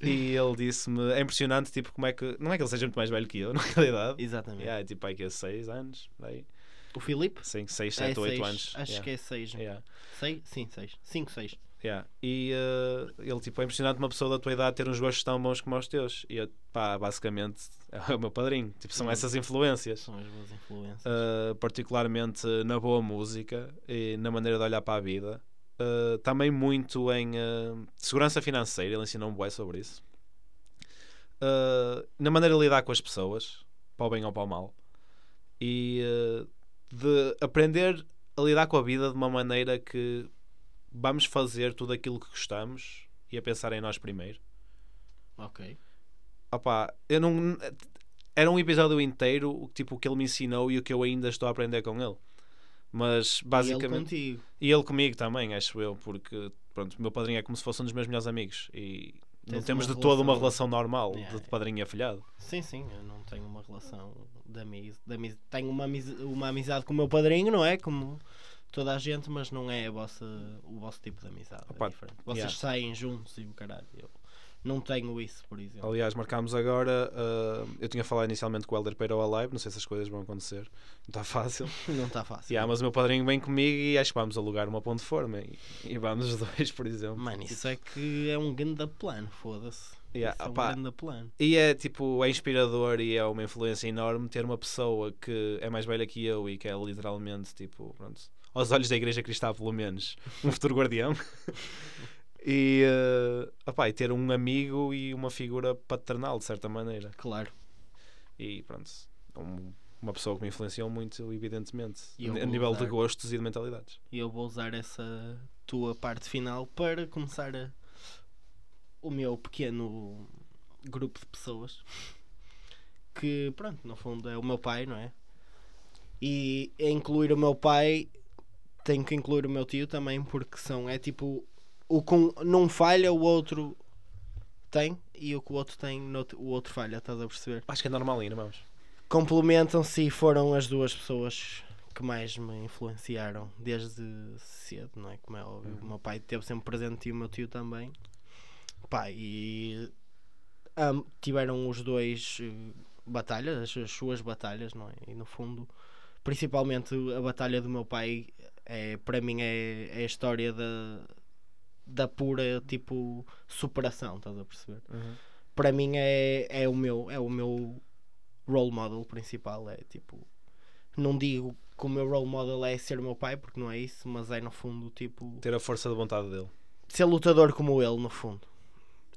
S2: E ele disse-me, é impressionante, tipo, como é que. Não é que ele seja muito mais velho que eu, naquela idade.
S1: Exatamente.
S2: Yeah, é tipo, aí que é 6 anos, daí.
S1: O Filipe?
S2: 5, 6,
S1: É
S2: 7, 8
S1: seis,
S2: anos.
S1: Acho
S2: yeah.
S1: que é 6.
S2: Yeah.
S1: Sim, 6. 5, 6.
S2: Yeah. E eh, ele, tipo, é impressionante uma pessoa da tua idade ter uns gostos tão bons como os teus. E eu, pá, basicamente é o meu padrinho. Tipo, são
S1: Uhum.
S2: essas influências.
S1: São as boas influências.
S2: Eh, particularmente na boa música e na maneira de olhar para a vida. Eh, também muito em eh, segurança financeira, ele ensinou-me bem sobre isso. Eh, na maneira de lidar com as pessoas, para o bem ou para o mal. E eh, de aprender a lidar com a vida de uma maneira que vamos fazer tudo aquilo que gostamos e a pensar em nós primeiro.
S1: Ok.
S2: Opá, eu não. Era um episódio inteiro, o- tipo, o que ele me ensinou e o que eu ainda estou a aprender com ele. Mas
S1: Basicamente.
S2: basicamente.
S1: contigo.
S2: E ele comigo também, acho eu, porque pronto, o meu padrinho é como se fosse um dos meus melhores amigos e não
S1: Tens
S2: temos de
S1: uma
S2: toda uma relação
S1: relação-
S2: normal
S1: Yeah,
S2: de
S1: yeah.
S2: padrinho e afilhado.
S1: Sim, sim, eu não tenho uma relação de amiz... de amiz- Tenho uma, amiz... uma amizade com o meu padrinho, não é? Como toda a gente, mas não é a vossa... o vosso tipo de amizade.
S2: Opa,
S1: é diferente. Vocês
S2: yeah.
S1: saem juntos e o caralho. Eu não tenho isso, por exemplo.
S2: Aliás, marcámos agora. ah, eu tinha falado inicialmente com o Elder para o Alive, não sei se as coisas vão acontecer, não está fácil.
S1: Não está fácil.
S2: Oh. Yeah, mas o meu padrinho vem comigo e acho que vamos alugar uma ponte de forma e, e vamos os dois, por exemplo.
S1: Mano, isso é que é um grande plano, foda-se.
S2: Yeah,
S1: isso é um
S2: opá.
S1: grande plano.
S2: E é tipo, é inspirador e é uma influência enorme ter uma pessoa que é mais velha que eu e que é literalmente tipo, pronto, aos olhos da Igreja Cristã, pelo menos, um futuro guardião. e, eh, opá, e ter um amigo e uma figura paternal, de certa maneira.
S1: Claro.
S2: E pronto, um- uma pessoa que me influenciou muito, evidentemente,
S1: E eu
S2: a
S1: vou
S2: nível de
S1: usar-
S2: gostos e de mentalidades.
S1: E eu vou usar essa tua parte final para começar a- o meu pequeno grupo de pessoas que, pronto, no fundo é o meu pai, não é? E a incluir o meu pai, tenho que incluir o meu tio também, porque são, é tipo, o com não falha, o outro tem, e o que o outro tem, no- o outro falha, estás a perceber?
S2: Acho que é normal, ainda vamos.
S1: complementam-se e foram as duas pessoas que mais me influenciaram desde cedo, não é? Como é óbvio, o meu pai esteve sempre presente e o meu tio também. Pá, e am- tiveram os dois eh, batalhas, as- as suas batalhas, não é? E no fundo, principalmente a batalha do meu pai, é, para mim, é, é a história da, da pura, tipo, superação, estás a perceber? para mim é, é o meu é o meu role model principal é tipo não digo que o meu role model é ser o meu pai porque não é isso mas é no fundo tipo
S2: Ter a força de vontade dele.
S1: ser lutador como ele no fundo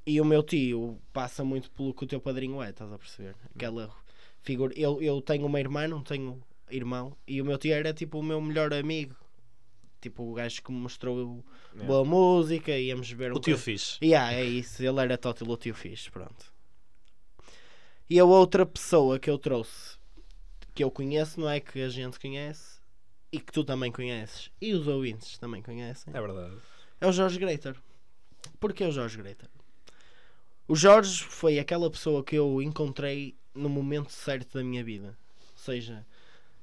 S1: e o meu tio passa muito pelo que o teu padrinho é estás a perceber aquela figura eu, eu tenho uma irmã não tenho irmão e o meu tio era tipo o meu melhor amigo tipo o gajo que me mostrou
S2: Yeah.
S1: boa música íamos ver
S2: O
S1: um
S2: tio
S1: ca-
S2: fixe.
S1: Yeah, é isso, ele era Tótil, o tio fixe, pronto. E a outra pessoa que eu trouxe, que eu conheço, não é que a gente conhece, e que tu também conheces, e os ouvintes também conhecem,
S2: É verdade.
S1: é o Jorge Greiter. Porquê o Jorge Greiter? O Jorge foi aquela pessoa que eu encontrei no momento certo da minha vida. Ou seja,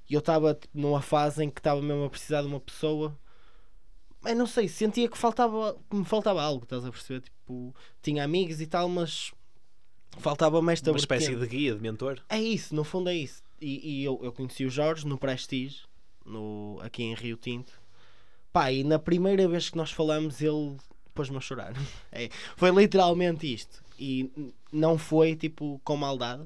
S1: eu estava numa fase em que estava mesmo a precisar de uma pessoa. Mas não sei, sentia que faltava que me faltava algo, estás a perceber? Tipo, tinha amigos e tal, mas faltava-me esta
S2: Uma espécie
S1: vertente.
S2: de guia, de mentor.
S1: É isso, no fundo é isso. E, e eu, eu conheci o Jorge no Prestige, no, aqui em Rio Tinto. Pá, e na primeira vez que nós falamos, ele pôs-me a chorar. É, foi literalmente isto. E n- não foi tipo com maldade,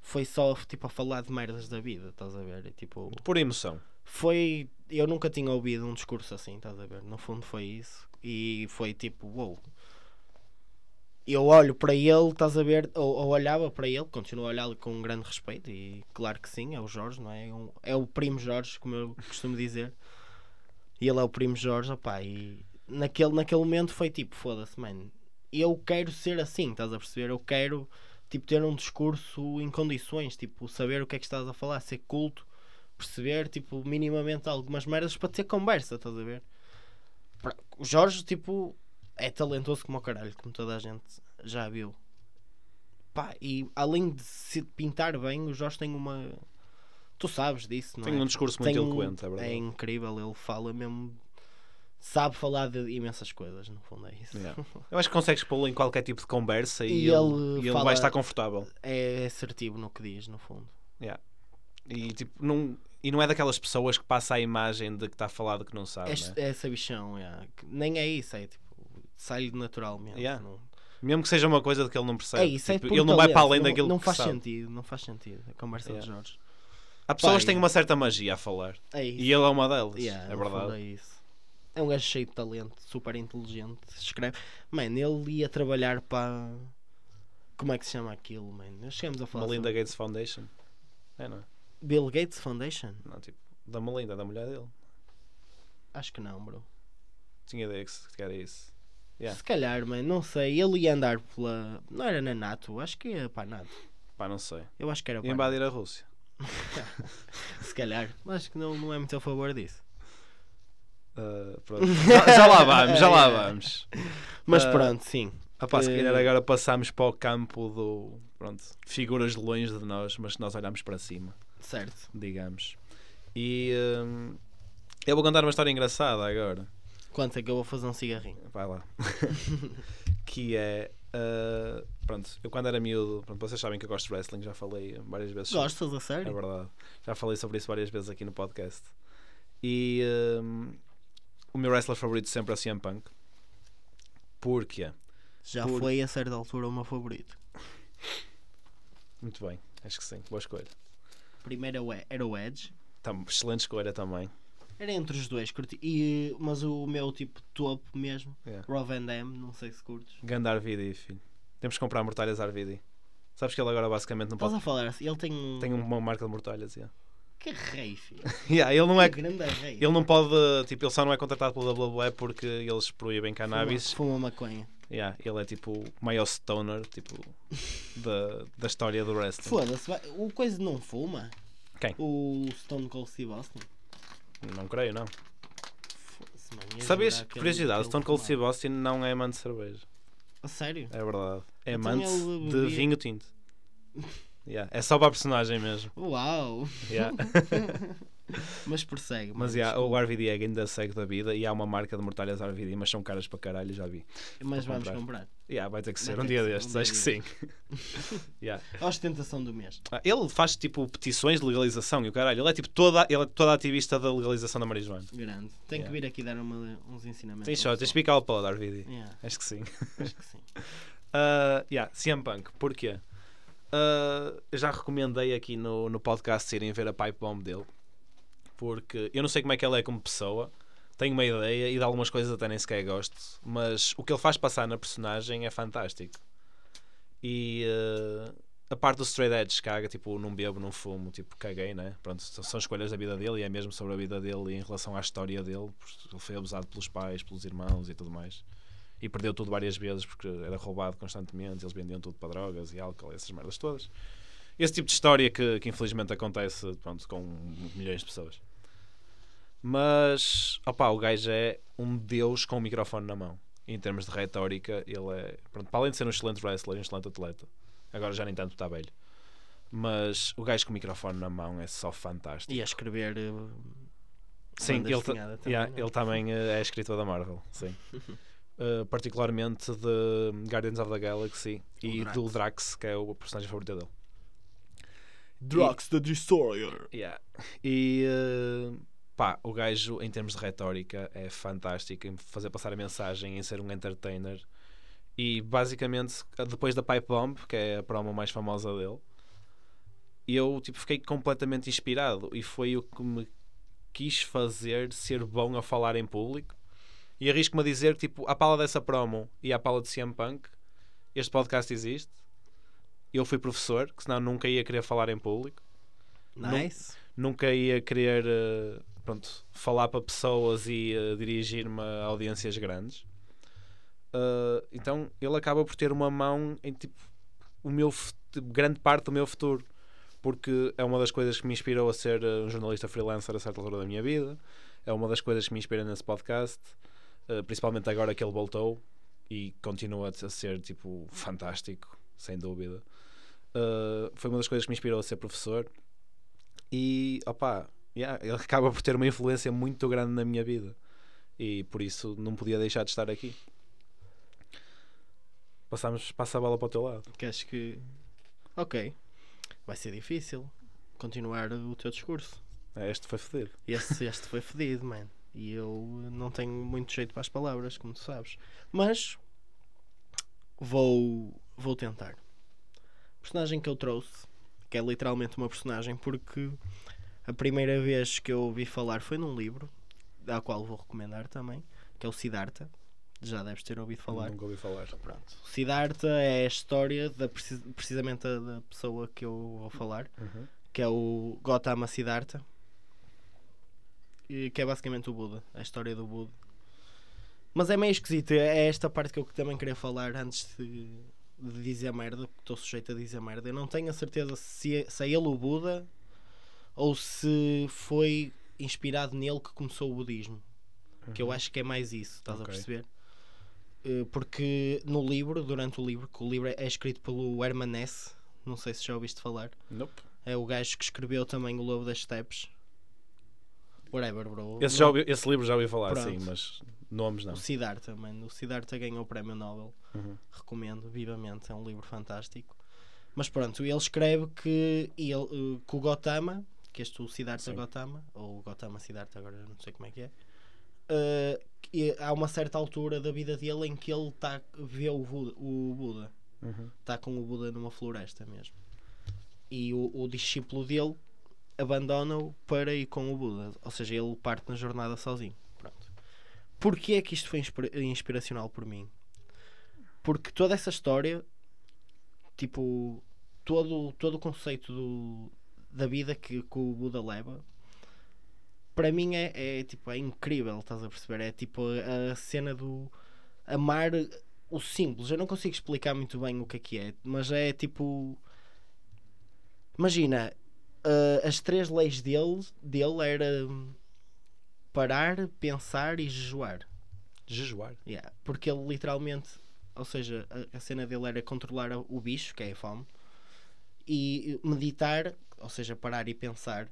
S1: foi só tipo a falar de merdas da vida, estás a ver? E, tipo,
S2: Por emoção.
S1: foi. Eu nunca tinha ouvido um discurso assim, estás a ver? No fundo foi isso. E foi tipo, uou. Eu olho para ele, estás a ver? Ou, ou olhava para ele, continuo a olhá-lo com um grande respeito. E claro que sim, é o Jorge, não é? É, um- é o primo Jorge, como eu costumo dizer. E ele é o primo Jorge, opá. E naquele, naquele momento foi tipo, foda-se, mano. Eu quero ser assim, estás a perceber? Eu quero, tipo, ter um discurso em condições, tipo, saber o que é que estás a falar, ser culto perceber, tipo, minimamente algumas merdas para ter conversa, estás a ver? Pra- O Jorge, tipo, é talentoso como o caralho, como toda a gente já viu. Pá, e além de se pintar bem, o Jorge tem uma. Tu sabes disso, não
S2: Tem
S1: é?
S2: um discurso muito
S1: Tem um-
S2: eloquente, é verdade.
S1: incrível, ele fala mesmo. Sabe falar de imensas coisas, no fundo, é isso.
S2: Yeah. Eu acho que consegues pô-lo em qualquer tipo de conversa e,
S1: E ele
S2: ele, e ele
S1: fala-
S2: vai estar confortável.
S1: É assertivo no que diz, no fundo.
S2: E, tipo, não, e não é daquelas pessoas que passa a imagem de que está a falar de que não sabe.
S1: Este-
S2: né?
S1: é essa bichão, yeah. que nem é isso, é tipo, sai naturalmente.
S2: Yeah.
S1: não-
S2: Mesmo que seja uma coisa de que ele não percebe.
S1: É isso, é
S2: tipo,
S1: puro
S2: ele não vai
S1: talento,
S2: para além
S1: não,
S2: daquilo
S1: não
S2: que
S1: faz
S2: sabe.
S1: sentido, não faz sentido a conversa de
S2: Yeah.
S1: Jorge.
S2: Há pessoas que
S1: Pá,
S2: têm uma certa magia a falar.
S1: É isso.
S2: E ele é uma delas.
S1: Yeah,
S2: é
S1: no fundo
S2: verdade.
S1: É, isso. É um gajo cheio de talento, super inteligente, escreve. Mano, ele ia trabalhar para como é que se chama aquilo, mano? Nós chegamos a falar
S2: Melinda
S1: sobre-
S2: Gates Foundation. É, não é?
S1: Bill Gates Foundation?
S2: Não, tipo, da Melinda, da mulher dele.
S1: Acho que não, bro.
S2: Tinha ideia que se que era isso. Yeah.
S1: Se calhar, mano, não sei. Ele ia andar pela. Não era na NATO, acho que ia para a NATO.
S2: Pá, não sei.
S1: Eu acho que era
S2: E
S1: para a
S2: invadir a Rússia.
S1: Se calhar, mas acho que não, não é muito a favor disso.
S2: Ah, pronto. já, já lá vamos, já lá
S1: Yeah.
S2: vamos.
S1: Mas
S2: Ah,
S1: pronto, sim.
S2: Ah, pá, se
S1: Eh,
S2: calhar agora passámos para o campo do. Pronto, figuras de longe de nós, mas que nós olhamos para cima,
S1: Certo.
S2: digamos. E. hum, eu vou contar uma história engraçada agora.
S1: Quanto é que eu vou fazer um cigarrinho?
S2: Vai lá. que é. ah, pronto, eu quando era miúdo. Pronto, vocês sabem que eu gosto de wrestling, já falei várias vezes. sobre
S1: Gostas a
S2: É
S1: sério?
S2: verdade. Já falei sobre isso várias vezes aqui no podcast. E hum, o meu wrestler favorito sempre é o CM Punk. Porquê?
S1: Já
S2: Por-
S1: foi a certa altura o meu favorito.
S2: Muito bem, acho que sim. Boa escolha.
S1: Primeiro é o E- era o Edge.
S2: Tam- excelente escolha também.
S1: Era entre os dois, curti. E, mas o meu tipo topo mesmo,
S2: Yeah.
S1: Raw Van Damme, não sei se curtes.
S2: Ganda Arvidi, filho. Temos que comprar mortalhas Arvidi. Sabes que ele agora basicamente não
S1: Estás
S2: pode.
S1: a falar assim, ele tem um.
S2: Tem uma marca de mortalhas. Yeah.
S1: Que rei, filho.
S2: Yeah, ele, não é,
S1: Que grande rei.
S2: ele não pode. Tipo, ele só não é contratado pelo WWE porque eles proíbem
S1: Fuma-
S2: cannabis.
S1: Fuma maconha.
S2: Yeah, ele é tipo o maior stoner tipo, da, da história do wrestling.
S1: Foda-se, vai- o coisa não fuma?
S2: Quem?
S1: O Stone Cold Steve Austin?
S2: Não creio, não.
S1: Foda-se, mano, ia
S2: Sabias,
S1: jurar que ele- que
S2: curiosidade,
S1: ele
S2: Stone Cold
S1: fumava.
S2: Steve Austin não é amante de cerveja.
S1: A sério?
S2: É verdade. É
S1: Então
S2: amante
S1: ele
S2: de
S1: bebia-
S2: vinho tinto. Yeah, É só para a personagem mesmo.
S1: Uau!
S2: Yeah.
S1: Mas persegue.
S2: Mas
S1: mano,
S2: yeah, o RVD é ainda segue da vida e há uma marca de mortalhas RVD, mas são caras para caralho, já vi.
S1: Mas
S2: vou
S1: vamos
S2: comprar.
S1: comprar.
S2: Yeah, vai ter que ser
S1: Vai
S2: um
S1: ter
S2: dia
S1: que ser um
S2: destes,
S1: dia
S2: acho que sim. yeah.
S1: A ostentação do mês.
S2: Ah, Ele faz tipo petições de legalização e o caralho. Ele é tipo toda, ele é toda ativista da legalização da marijuana.
S1: Grande. Tem
S2: Yeah.
S1: que vir aqui dar uma- uns ensinamentos.
S2: Tens
S1: ao
S2: só, tens
S1: pessoal.
S2: picar o pau da RVD.
S1: Yeah,
S2: Acho que sim.
S1: acho que sim.
S2: Uh, yeah, CM Punk, porquê? Uh, eu já recomendei aqui no, no podcast irem ver a pipe bomb dele, porque eu não sei como é que ele é como pessoa, tenho uma ideia e de algumas coisas até nem sequer gosto, mas o que ele faz passar na personagem é fantástico. E uh, a parte do straight edge caga, tipo, não bebo, não fumo, tipo, caguei, né? Pronto, são são escolhas da vida dele e é mesmo sobre a vida dele e em relação à história dele, porque ele foi abusado pelos pais, pelos irmãos e tudo mais e perdeu tudo várias vezes porque era roubado constantemente, eles vendiam tudo para drogas e álcool, essas merdas todas. Esse tipo de história que, que infelizmente acontece pronto, com milhões de pessoas. Mas, opá, o gajo é um deus com o microfone na mão. Em termos de retórica, ele é, pronto, para além de ser um excelente wrestler, um excelente atleta. Agora já nem tanto está velho. Mas o gajo com o microfone na mão é só fantástico.
S1: E a escrever. eh,
S2: Sim,
S1: banda
S2: ele, ta-
S1: desenhada também,
S2: yeah,
S1: não é?
S2: ele também eh, é escritor da Marvel, sim. Eh, particularmente de Guardians of the Galaxy e
S1: Drax.
S2: do Drax, que é o personagem favorito dele.
S1: Drax the Destroyer.
S2: Yeah. E eh, pá, o gajo, em termos de retórica, é fantástico em fazer passar a mensagem, em ser um entertainer. E basicamente, depois da Pipe Bomb, que é a promo mais famosa dele, eu tipo, fiquei completamente inspirado e foi o que me quis fazer ser bom a falar em público. E arrisco-me a dizer que, tipo, à pala dessa promo e à pala de CM Punk, este podcast existe. Eu fui professor, que senão nunca ia querer falar em público
S1: é Nice.
S2: nunca ia querer eh, pronto, falar para pessoas e eh, dirigir-me a audiências grandes. Eh, então ele acaba por ter uma mão em tipo o meu fut- tipo, grande parte do meu futuro, porque é uma das coisas que me inspirou a ser eh, um jornalista freelancer a certa altura da minha vida. É uma das coisas que me inspira nesse podcast, eh, principalmente agora que ele voltou e continua a ser tipo fantástico, sem dúvida. Eh, foi uma das coisas que me inspirou a ser professor e opá, yeah, ele acaba por ter uma influência muito grande na minha vida e por isso não podia deixar de estar aqui. Passamos, passa a bola para o teu lado.
S1: Que acho que. Ok. Vai ser difícil continuar o teu discurso.
S2: É, Este foi fodido.
S1: Este, este foi fedido, mano. E eu eh, não tenho muito jeito para as palavras, como tu sabes. Mas vou, vou tentar. A personagem que eu trouxe, que é literalmente uma personagem, porque a primeira vez que eu ouvi falar foi num livro, da qual vou recomendar também, que é o Siddhartha. Já deves ter ouvido falar.
S2: Nunca ouvi falar.
S1: Pronto. O Siddhartha é a história da, precis- precisamente da- da pessoa que eu vou falar
S2: Uhum.
S1: que é o Gautama Siddhartha, e que é basicamente o Buda, a história do Buda. Mas é meio esquisito, é esta parte que eu também queria falar antes de, de dizer merda, porque estou sujeito a dizer merda. Eu não tenho a certeza se, se é ele o Buda ou se foi inspirado nele que começou o budismo. Que eu acho que é mais isso, estás
S2: Ok.
S1: a perceber? Eh, Porque no livro, durante o livro, que o livro é escrito pelo Herman Hesse, não sei se já ouviste falar.
S2: Nope.
S1: É o gajo que escreveu também o Lobo das Steps. Whatever, bro.
S2: Esse,
S1: Não-
S2: já ouvi- esse livro já ouvi falar,
S1: Pronto.
S2: sim, mas nomes não.
S1: O Siddhartha, mano. O Siddhartha ganhou o prémio Nobel.
S2: Uhum.
S1: Recomendo vivamente. É um livro fantástico. Mas pronto, ele escreve que, ele, eh, que o Gotama, que este o Siddhartha
S2: Sim.
S1: Gotama, ou Gotama Siddhartha, agora já não sei como é que é, eh, que há uma certa altura da vida dele em que ele tá, vê o Buda. O Buda
S2: Uhum.
S1: está com o Buda numa floresta mesmo. E o, o discípulo dele abandona-o para ir com o Buda. Ou seja, ele parte na jornada sozinho. Pronto. Porquê é que isto foi inspira- inspiracional por mim? Porque toda essa história, tipo, todo, todo o conceito do, da vida que, que o Buda leva, para mim é, é, tipo, é incrível, estás a perceber? É tipo a, a cena do amar o simples. Eu não consigo explicar muito bem o que é que é, mas é tipo. Imagina, ah, as três leis dele, dele era hum, parar, pensar e jejuar.
S2: Jejuar.
S1: Yeah, Porque ele literalmente, ou seja, a, a cena dele era controlar a- o bicho, que é a fome, e meditar, ou seja, parar e pensar.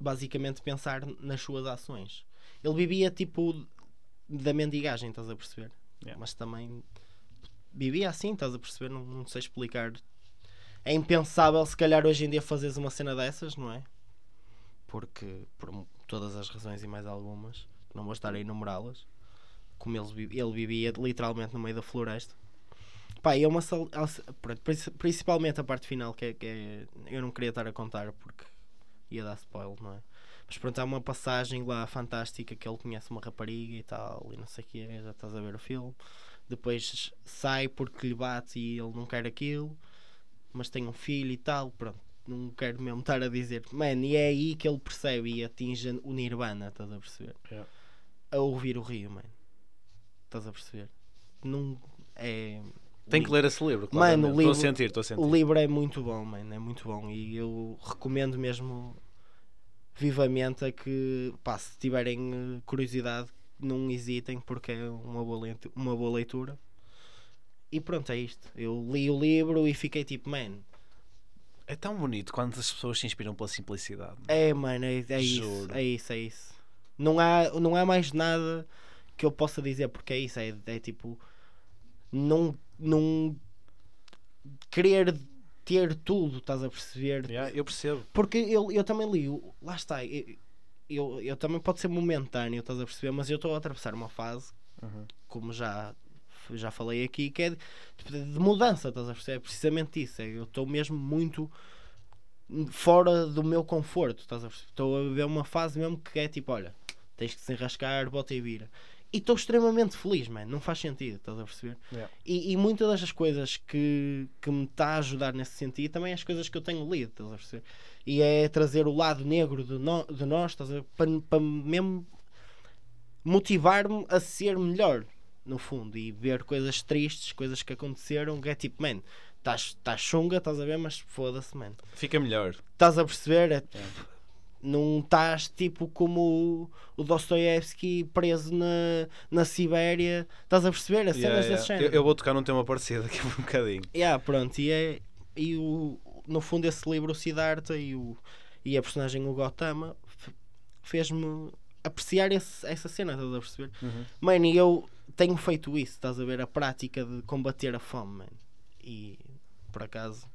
S1: Basicamente, pensar nas suas ações. Ele vivia tipo da mendigagem, estás a perceber?
S2: Yeah.
S1: Mas também vivia assim, estás a perceber? Não, não sei explicar. É impensável, se calhar, hoje em dia fazeres uma cena dessas, não é? Porque, por m- todas as razões e mais algumas, que não vou estar a enumerá-las, como ele, vi- ele vivia literalmente no meio da floresta. Pá, e é uma. sal- alce- pronto, princi- Principalmente a parte final, que é, que é- Eu não queria estar a contar porque ia dar spoiler, não é? Mas pronto, há uma passagem lá fantástica que ele conhece uma rapariga e tal, e não sei o que, já estás a ver o filme depois sai porque lhe bate e ele não quer aquilo, mas tem um filho e tal, pronto. Não quero mesmo estar a dizer, mano, e é aí que ele percebe e atinge o Nirvana, estás a perceber?
S2: Yeah.
S1: A ouvir o Rio, mano, estás a perceber? Não é.
S2: Tem que ler esse livro.
S1: Mano, o
S2: claramente. Estou a
S1: livro-
S2: sentir, estou a sentir.
S1: O livro é muito bom, mano, é muito bom e eu recomendo mesmo vivamente a que, pá, se tiverem eh, curiosidade, não hesitem porque é uma boa, lente- uma boa leitura. E pronto, é isto. Eu li o livro e fiquei tipo, man,
S2: É tão bonito quando as pessoas se inspiram pela simplicidade.
S1: é, mano, é, é isso,
S2: Juro.
S1: é isso, é isso. Não há, não há mais nada que eu possa dizer porque é isso, é, é tipo, não, não querer ter tudo, estás a perceber?
S2: Yeah, eu percebo.
S1: Porque eu, eu também li, o- lá está, eu, eu, eu também pode ser momentâneo, estás a perceber? Mas eu estou a atravessar uma fase,
S2: Uhum.
S1: como já, já falei aqui, que é de, de mudança, estás a perceber? É precisamente isso. é, eu estou mesmo muito fora do meu conforto, estás a perceber? Estou a viver uma fase mesmo que é tipo, olha, tens que se enrascar, bota e vira. E estou extremamente feliz, man. não faz sentido, estás a perceber?
S2: Yeah.
S1: E, e muitas das coisas que, que me está a ajudar nesse sentido também é as coisas que eu tenho lido, estás a perceber? E é trazer o lado negro de, no- de nós, estás a ver? Para, para mesmo motivar-me a ser melhor, no fundo, e ver coisas tristes, coisas que aconteceram, que é tipo, man, estás estás chunga, estás a ver, mas foda-se, man
S2: Fica melhor.
S1: estás a perceber? É, Não estás tipo como o o Dostoiévski preso na, na Sibéria. Estás a perceber? As
S2: Yeah,
S1: cenas desse
S2: yeah. Eu,
S1: género.
S2: eu vou tocar num tema parecido aqui por um bocadinho.
S1: Yeah, pronto, e, é, e o, no fundo esse livro, o Siddhartha e, o, e a personagem, o Gautama, f- fez-me apreciar esse- essa cena, estás a perceber?
S2: Uhum.
S1: Mano, e eu tenho feito isso, estás a ver? A prática de combater a fome, mano. E por acaso,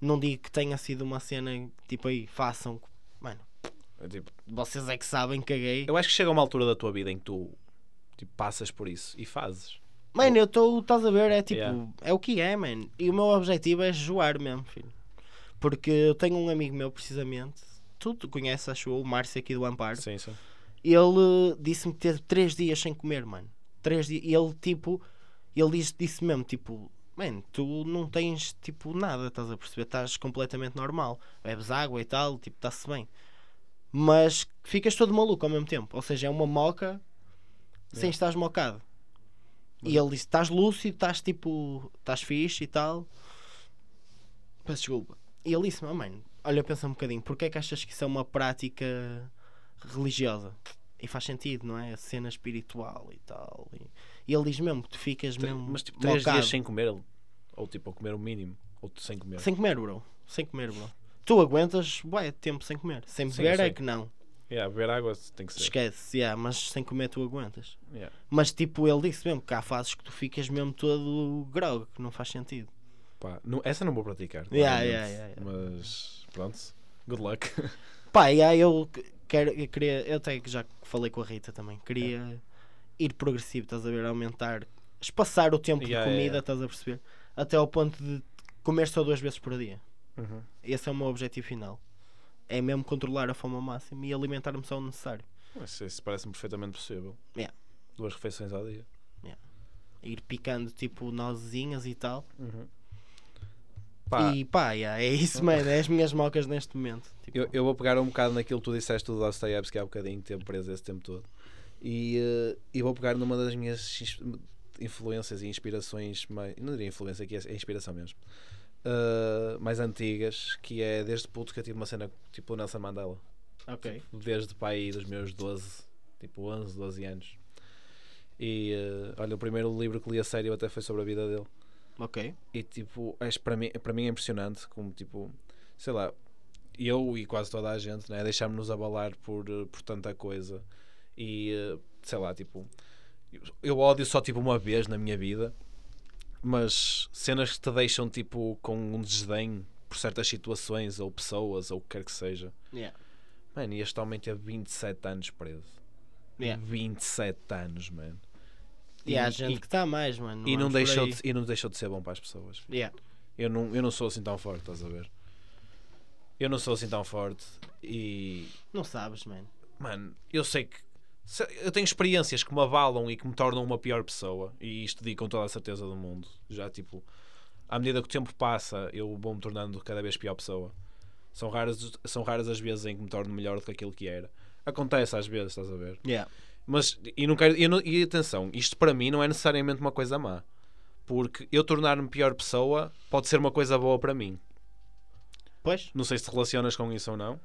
S1: não digo que tenha sido uma cena tipo aí, façam, mano.
S2: É tipo,
S1: Vocês é que sabem, caguei.
S2: eu acho que chega uma altura da tua vida em que tu tipo, passas por isso e fazes.
S1: Mano, eu estou, estás a ver, é tipo,
S2: Yeah.
S1: é o que é, mano. E o meu objetivo é joar mesmo, filho. Porque eu tenho um amigo meu, precisamente, tu te conheces, acho eu, o Márcio aqui do Amparo.
S2: Sim, sim.
S1: Ele eh, disse-me que teve 3 dias sem comer, mano. 3 dias. E ele, tipo, ele disse, disse mesmo, tipo, mano, tu não tens, tipo, nada, estás a perceber? Estás completamente normal. Bebes água e tal, tipo, está-se bem. Mas ficas todo maluco ao mesmo tempo. Ou seja, é uma moca
S2: É.
S1: sem estás mocado. E ele disse: estás lúcido, estás tipo, estás fixe e tal. Peço desculpa. E ele disse: "Oh, mãe, olha, pensa um bocadinho, porque é que achas que isso é uma prática religiosa? E faz sentido, não é? A cena espiritual e tal. E, e ele diz mesmo: tu ficas mesmo.
S2: Mas tipo, três
S1: mocado.
S2: dias sem comer, ou tipo, a comer o mínimo, ou tu sem comer.
S1: Sem comer, bro. Sem comer, bro. Tu aguentas, ué, tempo sem comer. Sem
S2: Sim,
S1: beber é
S2: sim.
S1: que não.
S2: Yeah, beber água tem que ser.
S1: Esquece, yeah, mas sem comer tu aguentas.
S2: Yeah.
S1: Mas tipo, ele disse mesmo que há fases que tu ficas mesmo todo grog, que não faz sentido.
S2: Pá, não- essa não vou praticar.
S1: Yeah,
S2: claramente,
S1: yeah, yeah, yeah.
S2: Mas pronto. Good luck.
S1: Pá, e aí eu que- quero, eu queria, eu até que já falei com a Rita também, queria ir progressivo, estás a ver? Aumentar, espaçar o tempo
S2: Yeah,
S1: de comida,
S2: yeah.
S1: estás a perceber? Até ao ponto de comer só duas vezes por dia.
S2: Uhum.
S1: Esse é o meu objetivo final. É mesmo controlar a fome ao máximo e alimentar-me só o necessário.
S2: Mas isso parece-me perfeitamente possível.
S1: Yeah.
S2: Duas refeições ao dia.
S1: Ir picando tipo nozinhas e tal.
S2: Pá,
S1: E pá, yeah, é isso, mano. É as minhas mocas neste momento. Tipo,
S2: eu, eu vou pegar um bocado naquilo que tu disseste do Dostoiévski há bocadinho, que teve preso esse tempo todo. E, eh, e vou pegar numa das minhas ins- influências e inspirações, mais, não diria influência, que é é inspiração mesmo, ah, mais antigas, que é desde puto que eu tive uma cena tipo o Nelson Mandela, Tipo,
S1: Ok.
S2: desde pai dos meus 12, tipo 11, 12 anos. E ah, olha, o primeiro livro que li a sério até foi sobre a vida dele.
S1: Ok.
S2: E tipo, és, para, mim, para mim é impressionante como tipo, sei lá, eu e quase toda a gente, né, deixámos-nos abalar por, eh, por tanta coisa e eh, sei lá, tipo, eu- eu ódio só tipo uma vez na minha vida, mas cenas que te deixam tipo com um desdém por certas situações ou pessoas ou o que quer que seja.
S1: Yeah.
S2: Mano, e este homem teve 27 anos preso.
S1: Yeah.
S2: 27 anos, mano.
S1: E, há gente que está mais, mano.
S2: e não
S1: vamos por
S2: deixou
S1: aí.
S2: de, e não deixou de ser bom para as pessoas.
S1: Yeah.
S2: Eu não, eu não sou assim tão forte, estás a ver? Eu não sou assim tão forte e.
S1: Não sabes, mano.
S2: Mano, eu sei que. se- Eu tenho experiências que me abalam e que me tornam uma pior pessoa. E isto digo com toda a certeza do mundo. Já tipo. À medida que o tempo passa, eu vou-me tornando cada vez pior pessoa. São raras, são raras as vezes em que me torno melhor do que aquilo que era. Acontece às vezes, estás a ver?
S1: Yeah.
S2: Mas, e, não quero, eu não- e atenção, isto para mim não é necessariamente uma coisa má. Porque eu tornar-me pior pessoa pode ser uma coisa boa para mim.
S1: Pois?
S2: Não sei se te relacionas com isso ou não.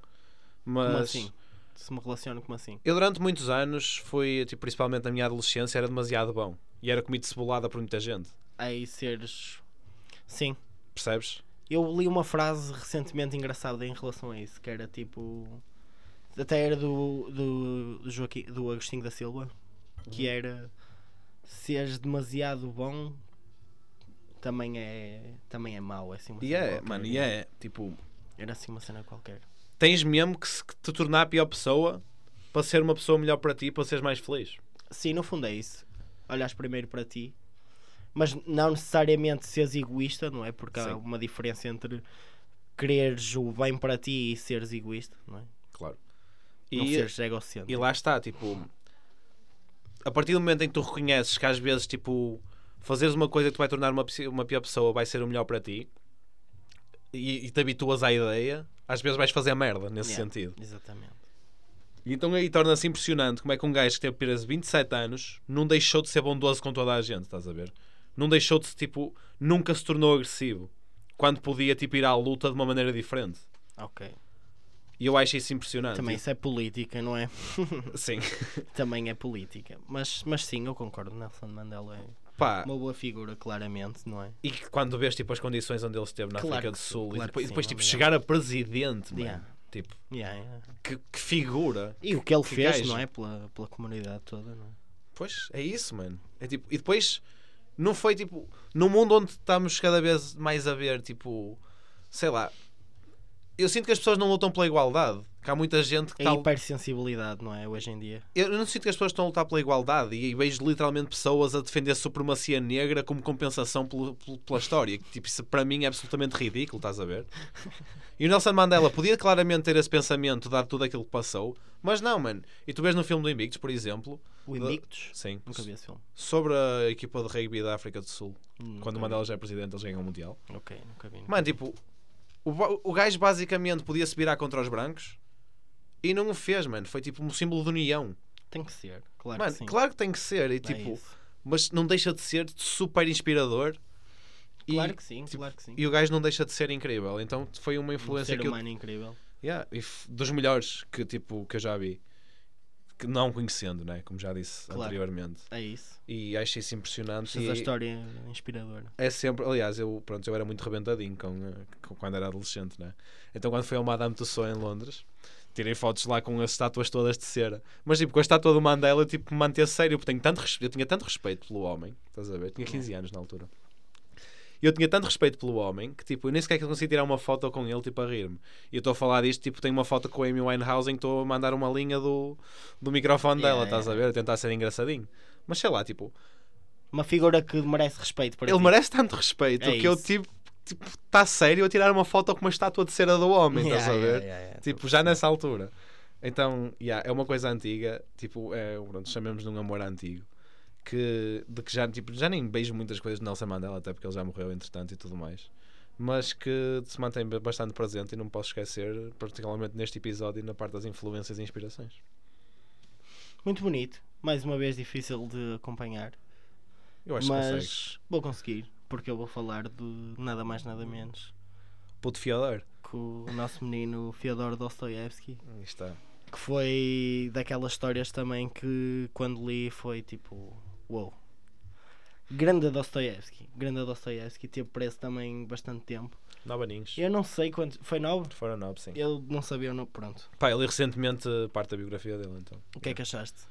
S2: Mas
S1: Como assim? Se me relaciono como assim?
S2: eu durante muitos anos fui, tipo, principalmente na minha adolescência, era demasiado bom. E era comido de cebolada por muita gente.
S1: Aí seres. Sim.
S2: Percebes?
S1: Eu li uma frase recentemente engraçada em relação a isso, que era tipo. Até era do, do, Joaquim, do Agostinho da Silva,
S2: Uhum.
S1: que era se és demasiado bom também é também é mau, é assim uma
S2: E
S1: cena
S2: é,
S1: qualquer.
S2: mano, e é. Tipo,
S1: Era assim uma cena qualquer.
S2: tens mesmo que se- que te tornar a pior pessoa para ser uma pessoa melhor para ti, para seres mais feliz.
S1: Sim, no fundo é isso. Olhas primeiro para ti, mas não necessariamente seres egoísta, não é? Porque
S2: Sim.
S1: há uma diferença entre quereres o bem para ti e seres egoísta, não é?
S2: Claro.
S1: não seres egocêntrico.
S2: é E lá está, tipo, a partir do momento em que tu reconheces que às vezes, tipo, fazeres uma coisa que te vai tornar uma, pessoa- uma pior pessoa vai ser o melhor para ti e, e te habituas à ideia, às vezes vais fazer merda nesse
S1: Yeah,
S2: sentido.
S1: Exatamente.
S2: E então aí torna-se impressionante como é que um gajo que teve preso 27 anos não deixou de ser bondoso com toda a gente, estás a ver? Não deixou de, se, tipo, nunca se tornou agressivo quando podia, tipo, ir à luta de uma maneira diferente.
S1: Ok.
S2: E eu acho isso impressionante.
S1: Também isso é política, não é?
S2: Sim.
S1: Também é política. Mas, mas sim, eu concordo. Nelson Mandela é
S2: Pá,
S1: uma boa figura, claramente, não é?
S2: E que quando vês tipo, as condições onde ele esteve na
S1: Claro
S2: África
S1: que
S2: do
S1: sim,
S2: Sul
S1: claro
S2: e depois,
S1: que
S2: e depois,
S1: sim,
S2: tipo,
S1: obrigado.
S2: chegar a presidente, mano.
S1: Yeah.
S2: Tipo,
S1: Yeah, yeah.
S2: que, que figura.
S1: E o que ele
S2: que
S1: fez,
S2: gajo.
S1: não é? Pela, pela comunidade toda, não é?
S2: Pois, é isso, mano. É, tipo, e depois, não foi tipo. Num mundo onde estamos cada vez mais a ver, tipo. Sei lá. Eu sinto que as pessoas não lutam pela igualdade. Que há muita gente que
S1: É
S2: está.
S1: hipersensibilidade, não é? Hoje em dia.
S2: Eu não sinto que as pessoas estão a lutar pela igualdade. E vejo literalmente pessoas a defender a supremacia negra como compensação pelo- pelo- pela história. que, Tipo, isso para mim é absolutamente ridículo, estás a ver? E o Nelson Mandela podia claramente ter esse pensamento, dado tudo aquilo que passou, mas não, mano. E tu vês no filme do Invictus, por exemplo,
S1: O Invictus?
S2: sim,
S1: Nunca vi esse filme.
S2: sobre a equipa de rugby da África do Sul, quando
S1: Nunca
S2: o Mandela já é presidente, eles ganham o Mundial.
S1: vi. Ok, nunca vi.
S2: Mano, tipo, o, ba- o gajo basicamente podia se virar contra os brancos e não o fez, mano. Foi tipo um símbolo de união.
S1: Tem que ser, claro
S2: Mano,
S1: que sim.
S2: claro que tem que ser. E
S1: É
S2: tipo,
S1: isso.
S2: mas não deixa de ser super inspirador. E,
S1: claro que sim,
S2: tipo,
S1: claro que sim.
S2: e o gajo não deixa de ser incrível. Então foi uma
S1: Um
S2: influência
S1: ser
S2: que eu,
S1: humano incrível.
S2: Yeah, e f- dos melhores que tipo que eu já vi. Que não conhecendo, né? Como já disse
S1: Claro.
S2: anteriormente.
S1: É isso.
S2: E acho isso impressionante.
S1: Essa
S2: e
S1: história inspiradora.
S2: É sempre, aliás, eu, pronto, eu era muito rebentadinho com, eh, com- quando era adolescente, né? Então quando fui ao Madame Tussauds em Londres, tirei fotos lá com as estátuas todas de cera. Mas tipo, com a estátua do Mandela, tipo, me manter sério, porque tenho tanto res- eu tinha tanto respeito pelo homem, estás a ver? Eu tinha 15 anos na altura. E eu tinha tanto respeito pelo homem que tipo, eu nem sequer consegui tirar uma foto com ele, tipo, a rir-me. E eu estou a falar disto, tipo, tenho uma foto com a Amy Winehouse em que estou a mandar uma linha do, do microfone dela,
S1: Yeah,
S2: estás a ver? A tentar ser engraçadinho. Mas sei lá, tipo,
S1: Uma figura que merece respeito para
S2: ele
S1: ti.
S2: merece tanto respeito
S1: É
S2: que eu
S1: isso.
S2: tipo tipo está sério a tirar uma foto com uma estátua de cera do homem
S1: Yeah,
S2: estás a ver
S1: yeah, yeah, yeah.
S2: tipo já nessa altura então yeah, é uma coisa antiga tipo é pronto, chamemos de um amor antigo que de que já tipo já nem beijo muitas coisas de Nelson Mandela até porque ele já morreu entretanto e tudo mais mas que se mantém ba- bastante presente e não posso esquecer particularmente neste episódio e na parte das influências e inspirações
S1: Muito bonito. Mais uma vez difícil de acompanhar.
S2: Eu acho que consegues.
S1: mas vou conseguir, porque eu vou falar de nada mais nada menos
S2: Puto fiador.
S1: que o nosso menino Fyodor Dostoevsky,
S2: Aí está.
S1: que foi daquelas histórias também que quando li foi tipo, uou. Grande Dostoevsky, grande Dostoevsky, teve preso também bastante tempo.
S2: Nove aninhos.
S1: Eu não sei quanto, foi nove?
S2: Fora nove, sim.
S1: Eu não sabia, eu não, pronto.
S2: Pá, eu li recentemente eh, parte da biografia dele, então.
S1: O que é que achaste?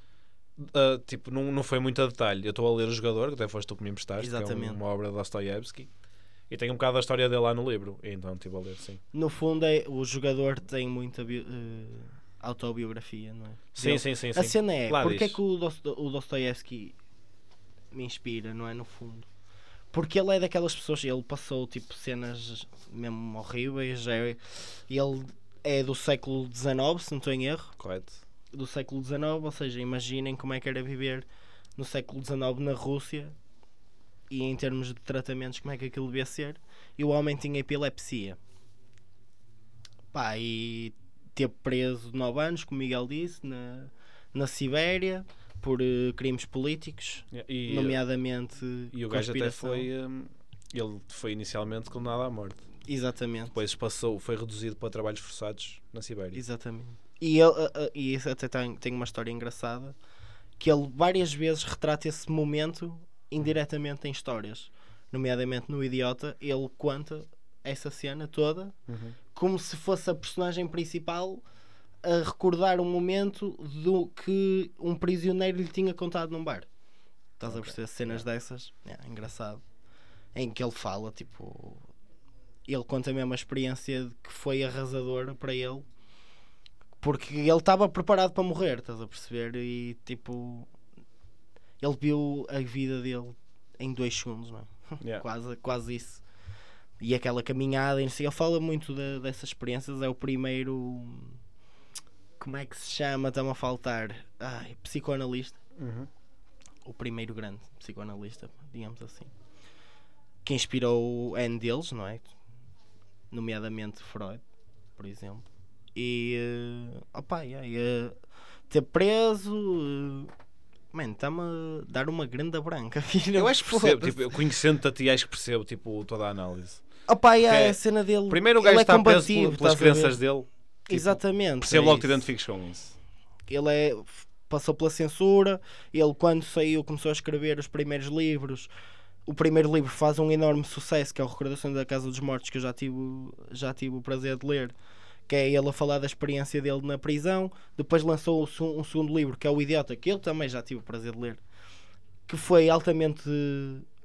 S2: Ah, tipo, não, não foi muito a detalhe. Eu estou a ler O Jogador, que até foste tu que me emprestaste, que é
S1: Exatamente.
S2: uma obra de Dostoiévski. E tem um bocado da história dele lá no livro. E então estive a ler, sim.
S1: No fundo, é, o jogador tem muita bio- eh, autobiografia, não é?
S2: Sim,
S1: Dele.
S2: sim, sim.
S1: A
S2: sim.
S1: cena é,
S2: Lá
S1: porque
S2: diz.
S1: é que o, Dosto- o Dostoevsky me inspira, não é? No fundo, porque ele é daquelas pessoas, ele passou tipo cenas mesmo horríveis, é, ele é do século XIX, se não estou em erro,
S2: Correto.
S1: do século XIX, ou seja, imaginem como é que era viver no século XIX na Rússia e em termos de tratamentos, como é que aquilo devia ser. E o homem tinha epilepsia. Pá, e teve preso 9 anos, como Miguel disse, na, na Sibéria por eh, crimes políticos,
S2: E,
S1: nomeadamente
S2: e o gajo até
S1: conspiração.
S2: foi. hum, ele foi inicialmente condenado à morte.
S1: Exatamente.
S2: Depois passou, foi reduzido para trabalhos forçados na Sibéria.
S1: Exatamente. E, ele, a- a- e isso até tem, tem uma história engraçada que ele várias vezes retrata esse momento indiretamente em histórias, nomeadamente no Idiota. Ele conta essa cena toda
S2: Uhum.
S1: como se fosse a personagem principal a recordar um momento do que um prisioneiro lhe tinha contado num bar. Estás a
S2: Ok,
S1: perceber cenas dessas? É engraçado. Em que ele fala, tipo, ele conta mesmo a experiência de que foi arrasadora para ele, porque ele estava preparado para morrer, estás a perceber? E tipo, ele viu a vida dele em dois segundos, não é?
S2: Yeah.
S1: quase, quase isso. E aquela caminhada, e não sei, ele fala muito de- dessas experiências. É o primeiro. Como é que se chama? Está-me a faltar. Ai, psicoanalista.
S2: Uhum.
S1: O primeiro grande psicoanalista, digamos assim. Que inspirou o N deles, não é? Nomeadamente Freud, por exemplo. E. Opa, yeah, e, eh, ter preso. eh, Mano, está-me a dar uma grande branca. filho.
S2: Eu acho que percebo,
S1: Foda-se.
S2: tipo, eu conhecendo-te a ti, acho que percebo tipo, toda a análise.
S1: Opa, e
S2: Porque
S1: a cena dele.
S2: Primeiro o
S1: ele
S2: gajo
S1: é
S2: está preso
S1: combativo,
S2: pelo-
S1: estás
S2: pelas
S1: a ver?
S2: crenças dele. tipo,
S1: Exatamente.
S2: Percebo
S1: é
S2: logo que te
S1: isso.
S2: identifiques com isso.
S1: Ele é, passou pela censura. Ele, quando saiu, começou a escrever os primeiros livros. O primeiro livro faz um enorme sucesso, que é o Recordações da Casa dos Mortos, que eu já tive, já tive o prazer de ler. Que é ele a falar da experiência dele na prisão. Depois lançou o se- um segundo livro, que é O Idiota, que eu também já tive o prazer de ler. Que foi altamente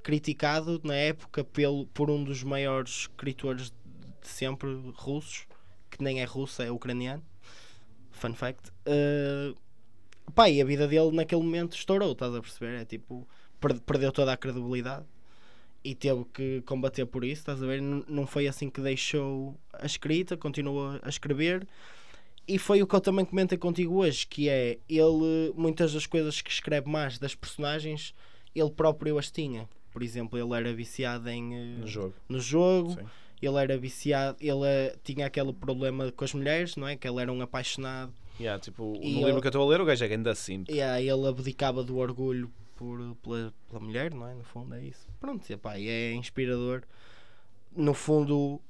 S1: criticado na época pelo, por um dos maiores escritores de sempre russos, que nem é russo, é ucraniano. Fun fact. Uh, pá, e a vida dele naquele momento estourou, estás a perceber? É tipo, per- perdeu toda a credibilidade e teve que combater por isso, estás a ver? N- não foi assim que deixou a escrita, continuou a escrever. E foi o que eu também comentei contigo hoje, que é ele, muitas das coisas que escreve mais das personagens, ele próprio as tinha. Por exemplo, ele era viciado em, uh,
S2: No jogo.
S1: no jogo
S2: Sim.
S1: ele era viciado, ele eh, tinha aquele problema com as mulheres, não é? Que ele era um apaixonado
S2: Yeah, tipo,
S1: E
S2: no
S1: eu-
S2: livro que eu estou a ler, o gajo é ainda assim.
S1: e aí ele abdicava do orgulho por, pela, pela mulher, não é? No fundo é isso. Pronto, epá, e é inspirador. No fundo,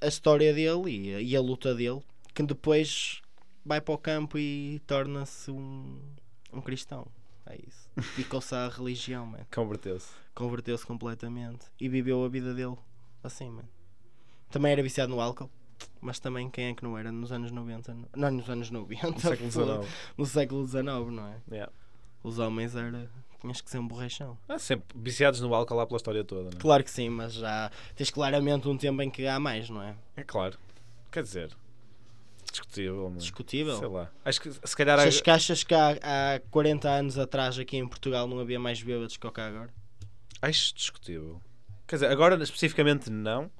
S1: a história dele e, a- e a luta dele, que depois vai para o campo e torna-se um, um cristão. É isso. Ficou-se à religião, man.
S2: Converteu-se.
S1: Converteu-se completamente e viveu a vida dele assim, mano. Também era viciado no álcool, mas também quem é que não era nos anos 90? no- Não, nos anos 90,
S2: No século
S1: foda.
S2: XIX.
S1: no século XIX, não é?
S2: Yeah.
S1: Os homens era. tinhas que ser um borrachão.
S2: Ah, sempre viciados no álcool lá pela história toda, não
S1: Claro que sim, mas já tens claramente um tempo em que há mais, não é?
S2: é? É claro. Quer dizer, discutível, mano. Sei
S1: Discutível.
S2: lá. Acho que se calhar.
S1: Se
S2: há-
S1: as caixas que há, há 40 anos atrás aqui em Portugal não havia mais bêbados que o que há agora.
S2: Acho discutível. Quer dizer, agora especificamente não,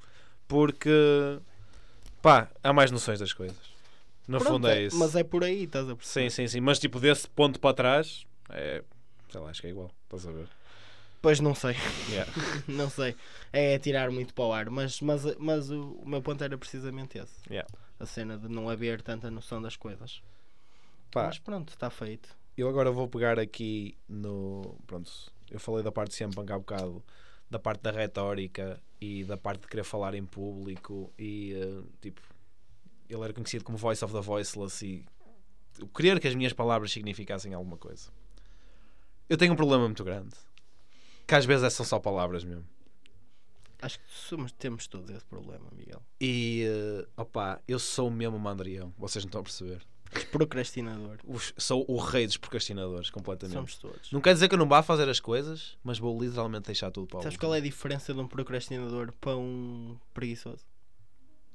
S2: porque pá, há mais noções das coisas. No
S1: Pronto,
S2: fundo é isso.
S1: Mas é por aí, estás a perceber?
S2: Sim, sim, sim. Mas tipo, desse ponto para trás, é. Sei lá, acho que é igual. Estás a ver?
S1: Pois não sei.
S2: Yeah.
S1: Não sei, é tirar muito para o ar, mas, mas, mas o, o meu ponto era precisamente esse.
S2: Yeah.
S1: A cena de não haver tanta noção das coisas.
S2: Pá,
S1: Mas pronto, está feito.
S2: eu agora vou pegar aqui no. Pronto, eu falei da parte de CM Punk há bocado, da parte da retórica e da parte de querer falar em público e eh, tipo, ele era conhecido como Voice of the Voiceless e eu querer que as minhas palavras significassem alguma coisa. Eu tenho um problema muito grande. Que às vezes são só palavras mesmo.
S1: Acho que somos- temos todos esse problema, Miguel.
S2: E eh, opá, eu sou mesmo mandrião, vocês não estão a perceber.
S1: És procrastinador.
S2: Os- sou o rei dos procrastinadores, completamente.
S1: Somos todos.
S2: Não quer dizer que eu não vá fazer as coisas, mas vou literalmente deixar tudo para o
S1: Sabes
S2: último.
S1: qual é a diferença de um procrastinador para um preguiçoso?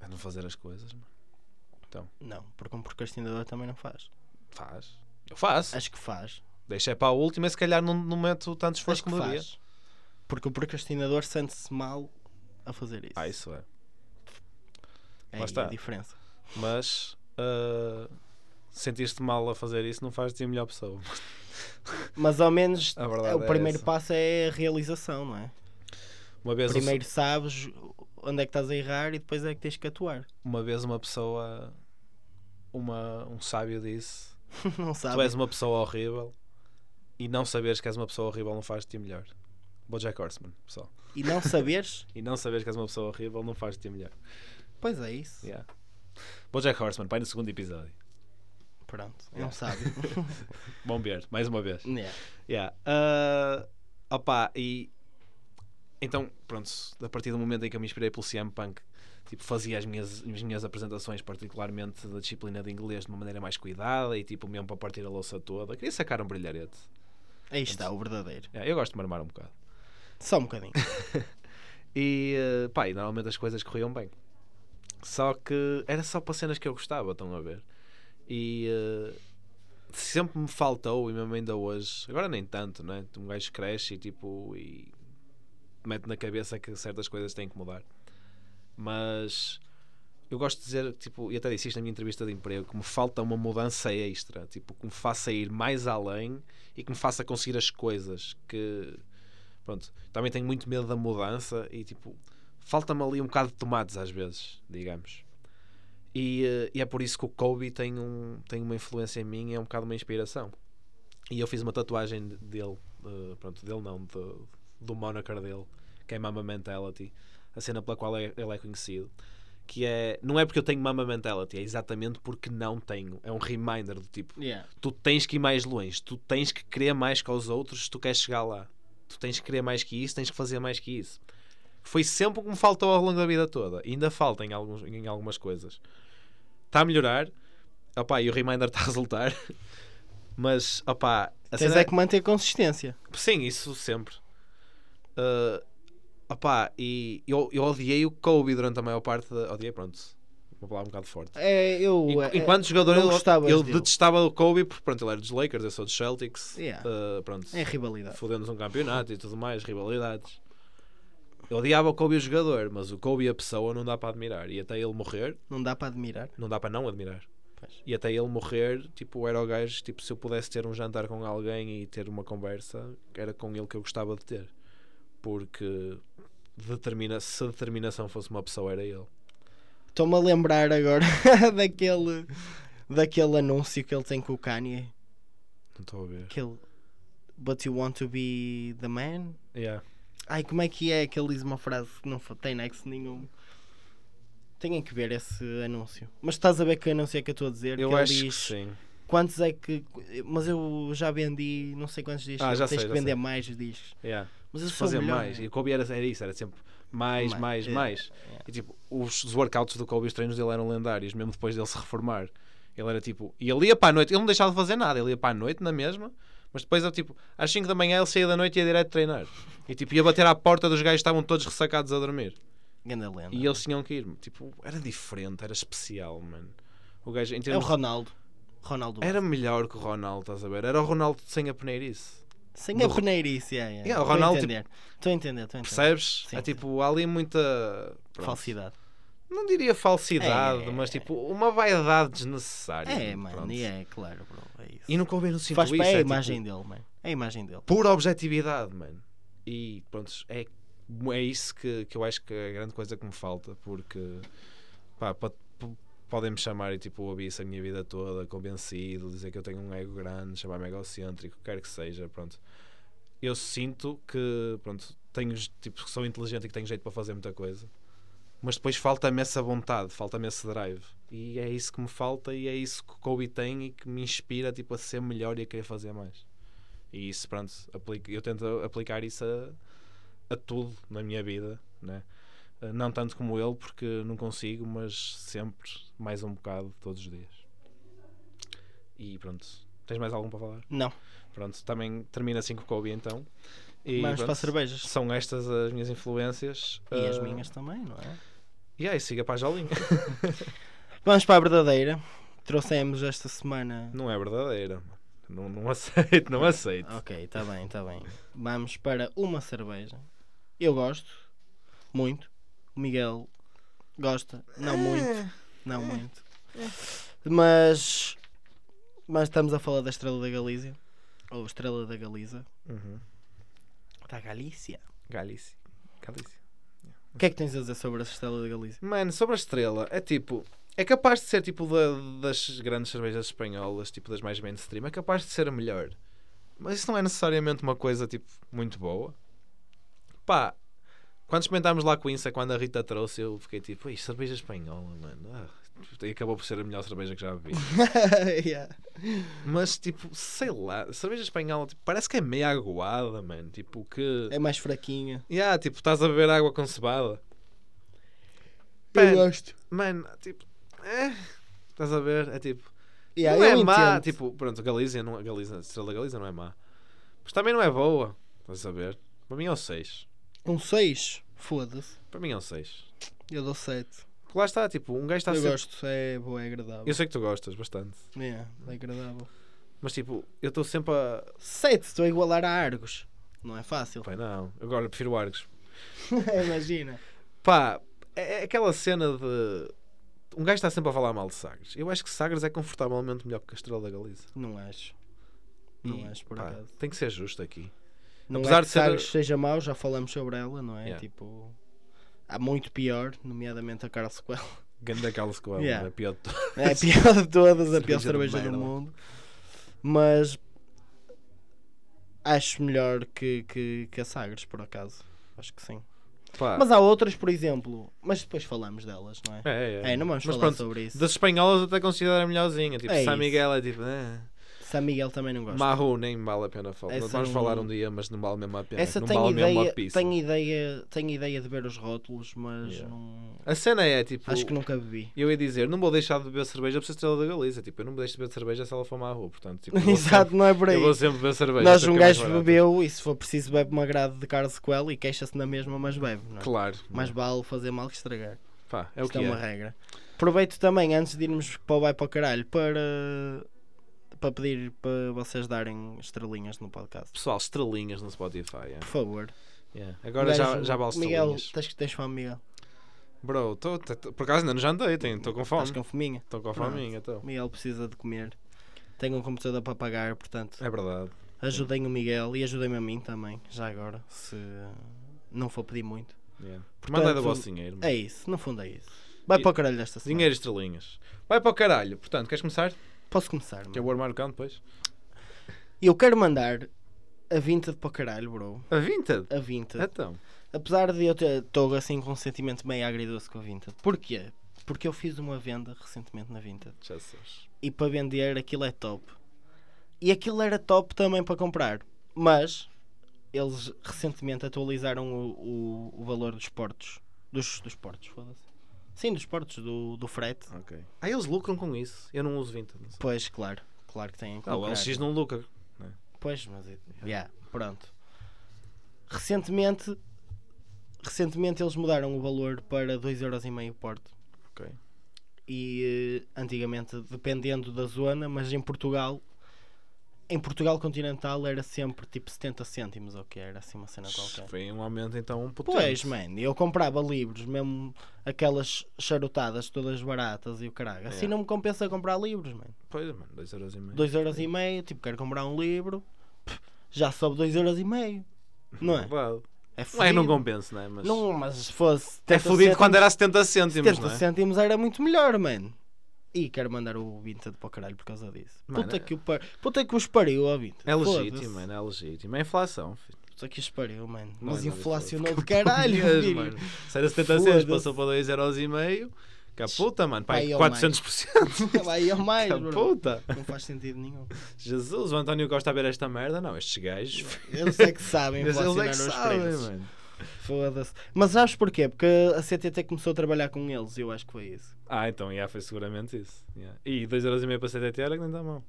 S2: É não fazer as coisas, mano.
S1: Não, porque um procrastinador também não faz.
S2: Faz. Eu faço.
S1: Acho que faz.
S2: Deixa é para a última e se calhar não, não meto tanto esforço
S1: Acho que
S2: como deveria.
S1: faz. Porque o procrastinador sente-se mal a fazer isso.
S2: Ah, isso é.
S1: é aí
S2: lá está.
S1: a diferença.
S2: Mas ah, sentir-te mal a fazer isso não faz de ti a melhor pessoa.
S1: Mas ao menos
S2: A
S1: é,
S2: verdade
S1: o
S2: é
S1: primeiro
S2: essa.
S1: passo é a realização, não é?
S2: Uma vez, o-
S1: Primeiro sabes onde é que estás a errar e depois é que tens que atuar.
S2: uma, vez uma pessoa, uma, um sábio disse
S1: Não
S2: Tu és
S1: sabes.
S2: uma pessoa horrível e não saberes que és uma pessoa horrível não faz-te melhor. Bojack Horseman, pessoal.
S1: E não saberes?
S2: E não saberes que és uma pessoa horrível não faz-te melhor.
S1: pois é isso.
S2: Yeah. Bojack Horseman, pai no segundo episódio.
S1: Pronto, é
S2: Yeah.
S1: um sábio.
S2: Bom ver, mais uma vez.
S1: Yeah.
S2: Yeah. Ah, opá, e então, pronto, a partir do momento em que eu me inspirei pelo CM Punk, tipo, fazia as minhas, as minhas apresentações, particularmente da disciplina de inglês, de uma maneira mais cuidada e tipo, mesmo para partir a louça toda. Queria sacar um brilharete.
S1: Aí está, o verdadeiro.
S2: Yeah, eu gosto de me armar um bocado.
S1: Só um bocadinho.
S2: E eh, pá, e normalmente as coisas corriam bem. Só que era só para cenas que eu gostava, estão a ver? E eh, sempre me faltou, e mesmo ainda hoje, agora nem tanto, né? Um gajo cresce e tipo, e mete na cabeça que certas coisas têm que mudar. Mas eu gosto de dizer, tipo, e até disse isto na minha entrevista de emprego, que me falta uma mudança extra, tipo, que me faça ir mais além e que me faça conseguir as coisas que pronto, também tenho muito medo da mudança e tipo, falta-me ali um bocado de tomates às vezes, digamos. E, eh, e é por isso que o Kobe tem, um, tem uma influência em mim e é um bocado uma inspiração. E eu fiz uma tatuagem de- dele, eh, pronto, dele não, do, do moniker dele, que é Mama Mentality, a cena pela qual é- ele é conhecido. Que é, não é porque eu tenho Mama Mentality, é exatamente porque não tenho. É um reminder do tipo,
S1: Yeah.
S2: tu tens que ir mais longe, tu tens que querer mais que os outros se tu queres chegar lá. Tu tens que querer mais que isso, tens que fazer mais que isso. Foi sempre o que me faltou ao longo da vida toda. E ainda falta em, alguns, em algumas coisas. Está a melhorar. Opá, e o reminder está a resultar. Mas, opá, a
S1: Tens
S2: cena-
S1: é que manter consistência.
S2: Sim, isso sempre. Ah, opá, e eu, eu odiei o Kobe durante a maior parte da. Odiei, pronto. Uma palavra um bocado forte.
S1: É, eu.
S2: Enqu-
S1: é-
S2: Enquanto jogador,
S1: não
S2: eu,
S1: gostavas
S2: eu
S1: dele.
S2: detestava o Kobe porque pronto, ele era dos Lakers, eu sou dos Celtics.
S1: Yeah.
S2: Uh, pronto,
S1: é rivalidade.
S2: fodemos um campeonato e tudo mais, rivalidades. Eu odiava o Kobe o jogador, mas o Kobe a pessoa não dá para admirar. E até ele morrer,
S1: Não dá para admirar.
S2: não dá para não admirar.
S1: Pois.
S2: E até ele morrer, tipo, era o gajo, tipo, se eu pudesse ter um jantar com alguém e ter uma conversa, era com ele que eu gostava de ter. Porque determina, se a determinação fosse uma pessoa, era ele.
S1: Estou-me a lembrar agora daquele. Daquele anúncio que ele tem com o Kanye.
S2: Não estou a ver.
S1: Aquele. But you want to be the man?
S2: Yeah.
S1: Ai, como é que é que ele diz uma frase que não fa- tem nexo nenhum? Tenham que ver esse anúncio. Mas estás a ver que anúncio é que eu estou a dizer?
S2: Eu
S1: que ele
S2: acho que
S1: diz,
S2: sim.
S1: Quantos é que. Mas eu já vendi não sei quantos discos.
S2: Ah, já
S1: Tens
S2: sei,
S1: que
S2: já
S1: vender
S2: sei.
S1: mais discos.
S2: Yeah.
S1: Mas eu sou o
S2: fazer
S1: melhor,
S2: mais.
S1: né?
S2: E o Kobe era, era isso, era sempre mais,
S1: Mais,
S2: mais,
S1: é,
S2: mais. E tipo, os, os workouts do Kobe, os treinos dele eram lendários, mesmo depois dele se reformar. Ele era tipo, e ele ia para a noite, ele não deixava de fazer nada, ele ia para a noite na mesma, mas depois eu, tipo, às 5 da manhã ele saía da noite e ia direto treinar. E tipo, ia bater à porta dos gajos que estavam todos ressacados a dormir.
S1: Ganda lenda. É
S2: E eles tinham que ir, tipo, era diferente, era especial, mano. O gajo, em
S1: É o
S2: termos,
S1: Ronaldo. Ronaldo.
S2: um era melhor que o Ronaldo, estás a ver? Era o Ronaldo sem a peneirice.
S1: Sem
S2: do-
S1: a peneirice. é, é.
S2: Yeah, o
S1: Estou
S2: Ronaldo, tipo
S1: a entender. Estou a entender. Estou a entender.
S2: Percebes?
S1: Sim,
S2: é
S1: sim.
S2: tipo, há ali muita. pronto.
S1: Falsidade.
S2: não diria falsidade,
S1: É.
S2: mas tipo uma vaidade desnecessária.
S1: É, mano.
S2: Pronto.
S1: E é, claro, bro. É isso.
S2: E no Kobe eu não sinto
S1: Faz
S2: isso.
S1: para a
S2: é,
S1: imagem
S2: tipo,
S1: dele, mano. É a imagem dele.
S2: pura objetividade, mano. E pronto, é, é isso que, que eu acho que é a grande coisa que me falta, porque pá, po- po- podem-me chamar e tipo ouvi isso a minha vida toda, convencido, dizer que eu tenho um ego grande, chamar-me egocêntrico, quer que seja, pronto. eu sinto que, pronto, tenho, tipo, sou inteligente e que tenho jeito para fazer muita coisa. Mas depois falta-me essa vontade, falta-me esse drive. E é isso que me falta e é isso que o Kobe tem e que me inspira tipo, a ser melhor e a querer fazer mais. E isso, pronto, aplico, eu tento aplicar isso a, a tudo na minha vida, né? Uh, Não tanto como ele, porque não consigo, mas sempre mais um bocado, todos os dias. E pronto. Tens mais algum para falar?
S1: Não,
S2: Pronto, também termina assim com o Kobe então. E
S1: vamos
S2: pronto,
S1: para cervejas.
S2: São estas as minhas influências.
S1: E as
S2: Uh,
S1: minhas também, não é?
S2: E aí, siga para a Jolinha.
S1: Vamos para a verdadeira. Trouxemos esta semana.
S2: não é verdadeira. mano. Não, não aceito, não aceito.
S1: Ok, está bem, está bem. Vamos para uma cerveja. Eu gosto muito. O Miguel gosta, não muito, não muito. Mas mas estamos a falar da Estrela da Galícia ou Estrela da Galiza,
S2: Uhum.
S1: da Galícia.
S2: Galícia. Galícia.
S1: O que é que tens a dizer sobre a Estrela da Galícia?
S2: Mano, sobre a estrela, é tipo. É capaz de ser tipo da- das grandes cervejas espanholas, tipo das mais mainstream, é capaz de ser a melhor. Mas isso não é necessariamente uma coisa tipo muito boa. Pá, quando experimentámos lá com Insa, quando a Rita trouxe, eu fiquei tipo, "Ei, cerveja espanhola, mano. Ah, e acabou por ser a melhor cerveja que já vi.
S1: Yeah.
S2: Mas tipo, sei lá, cerveja espanhola tipo, parece que é meio aguada, mano. Tipo, que.
S1: É mais fraquinha.
S2: Yeah, tipo, estás a beber água com cebada.
S1: Eu
S2: Pera.
S1: gosto.
S2: Mano, tipo. É, estás a ver? É tipo.
S1: Yeah,
S2: não é
S1: eu
S2: má.
S1: entendo.
S2: Tipo, pronto, Galícia, não, Galícia, Estrela da Galícia não é má. Mas também não é boa. Estás a ver? Para mim é o 6.
S1: um 6, foda-se.
S2: Para mim é o 6.
S1: Eu dou 7.
S2: Porque lá está, tipo, um gajo está
S1: Eu
S2: a ser.
S1: gosto, é boa, é agradável.
S2: Eu sei que tu gostas bastante.
S1: É, é agradável.
S2: Mas tipo, eu estou sempre a.
S1: 7, estou a igualar a Argos. Não é fácil.
S2: Pai, não. Agora eu prefiro Argos.
S1: Imagina.
S2: Pá, é é aquela cena de. Um gajo está sempre a falar mal de Sagres. Eu acho que Sagres é confortavelmente melhor que a Estrela da Galiza.
S1: Não acho. Não
S2: E,
S1: acho, por
S2: pá,
S1: acaso.
S2: Tem que ser justo aqui.
S1: Não
S2: apesar
S1: é que
S2: de ser-
S1: Sagres seja mau, já falamos sobre ela, não é?
S2: Yeah.
S1: Tipo, há muito pior, nomeadamente a Carl Squell.
S2: Ganda Carlos Coelho,
S1: Yeah.
S2: é pior de todos.
S1: É a pior de todas, a pior
S2: Cerveja de
S1: cerveja do
S2: merda.
S1: mundo. Mas acho melhor que, que, que a Sagres, por acaso. Acho que sim.
S2: Pá,
S1: Mas há outras, por exemplo, mas depois falamos delas, não é?
S2: é, é,
S1: É,
S2: é.
S1: não vamos
S2: Mas
S1: falar
S2: pronto,
S1: sobre isso.
S2: das espanholas até considero a melhorzinha. Tipo,
S1: É
S2: San
S1: isso.
S2: Miguel é tipo. Eh.
S1: San Miguel também não gosta.
S2: Marro nem vale a pena falar.
S1: Essa
S2: Vamos
S1: não-
S2: falar um dia, mas não vale mesmo a pena.
S1: Essa
S2: não
S1: tem
S2: vale mesmo
S1: ideia,
S2: a pizza.
S1: tenho ideia, tenho ideia de ver os rótulos, mas
S2: Yeah.
S1: não-
S2: A cena é tipo.
S1: acho que nunca bebi.
S2: Eu ia dizer, não vou deixar de beber cerveja para a Estrela da Galiza. Tipo, eu não me deixo de beber cerveja se ela for Marro. Portanto, tipo, eu vou
S1: Exato, não é por aí.
S2: Eu vou sempre beber cerveja.
S1: Nós
S2: sei que
S1: um
S2: é mais
S1: gajo
S2: barato.
S1: bebeu e se for preciso bebe uma grade de Carlos Coelho e queixa-se na mesma, mas bebe. Não é?
S2: Claro.
S1: Mais vale fazer mal que estragar.
S2: Pá, é o
S1: Isto
S2: que
S1: é uma
S2: é.
S1: regra. Aproveito também, antes de irmos para o vai para o caralho, para, para pedir para vocês darem estrelinhas no podcast.
S2: Pessoal, estrelinhas no Spotify. é.
S1: Por favor.
S2: Yeah. Agora já,
S1: Um Gajo-
S2: já vale
S1: Miguel, tá-
S2: estrelinhas.
S1: tens que tens fome, Miguel.
S2: Bro, tô, tô- tô- por acaso ainda não jantei, estou com
S1: Estás
S2: fome.
S1: com fominha?
S2: Estou com
S1: é um Pronto.
S2: fome, então.
S1: Miguel precisa de comer. Tenho um computador para pagar, portanto,
S2: É verdade.
S1: ajudem o Miguel e ajudem-me a mim também, já agora, se não for pedir muito.
S2: Yeah. Manda aí do
S1: Portanto,
S2: vosso dinheiro. mano.
S1: É isso, no fundo é isso. Vai
S2: E-
S1: para o caralho desta semana.
S2: Dinheiro e estrelinhas. Vai para o caralho. Portanto, queres começar?
S1: Posso começar,
S2: Que eu
S1: mano?
S2: vou armar o canto depois.
S1: Eu quero mandar a vinta de para o caralho, bro.
S2: A Vinted.
S1: A vinta.
S2: Então.
S1: Apesar de eu estou assim com um sentimento meio agridoce com a vinta. Porquê? Porque eu fiz uma venda recentemente na vinta.
S2: Já sabes.
S1: E para vender aquilo é top. E aquilo era top também para comprar. Mas eles recentemente atualizaram o, o, o valor dos portos. Dos, dos portos, foda-se. Sim, dos portos, do, do frete.
S2: Ok. Ah, eles lucram com isso. Eu não uso Vinted. não sei.
S1: Pois, claro. Claro que têm que
S2: Ah, o
S1: lucrar.
S2: LX não lucra.
S1: Pois, mas. é, Yeah, pronto. Recentemente. Recentemente eles mudaram o valor para 2,5€ o porto.
S2: Ok.
S1: E eh, antigamente, dependendo da zona, mas em Portugal. Em Portugal continental era sempre tipo 70 cêntimos ou o que era, assim uma cena qualquer.
S2: Foi um aumento então um potente.
S1: Pois, man, eu comprava livros, mesmo aquelas charotadas todas baratas e o caralho. Assim
S2: Yeah.
S1: não me compensa comprar livros, man.
S2: Pois, mano, 2,5€.
S1: 2 euros e meio, tipo, quero comprar um livro, pff, já sobe 2 euros e meio. Não é?
S2: Verdade.
S1: É
S2: Ué, não
S1: fudido.
S2: compensa, não é? Mas...
S1: Não, mas se fosse 70
S2: É fodido quando
S1: cêntimos-
S2: era 70 cêntimos,
S1: 70
S2: não é?
S1: cêntimos era muito melhor, mano. E quero mandar o Vinted para o caralho por causa disso.
S2: Mano,
S1: puta,
S2: é-
S1: que o par... puta que os pariu, ó Vinted.
S2: É legítimo,
S1: Foda-se.
S2: mano, é legítimo. É inflação, filho.
S1: Puta que os pariu, mano.
S2: Não
S1: Mas
S2: é nada
S1: inflacionou
S2: inflação.
S1: de caralho,
S2: Yes,
S1: filho.
S2: mano. Se era 70 cêntimos,
S1: Foda-se.
S2: passou para 2,5€. Que a puta, mano. Pai,
S1: Vai ao
S2: 400%.
S1: Vai ao mais,
S2: Que a
S1: bro.
S2: puta.
S1: Não faz sentido nenhum.
S2: Jesus, o António Costa a ver esta merda? Não, estes gajos.
S1: Eles é que sabem
S2: Eles eles
S1: inflacionar
S2: é que
S1: os
S2: sabem,
S1: preços.
S2: mano.
S1: Foda-se. Mas sabes porquê? Porque a CTT começou a trabalhar com eles e eu acho que foi isso.
S2: Ah, então, já foi seguramente isso. Yeah. E 2,5€ para 7 era que nem dá mal.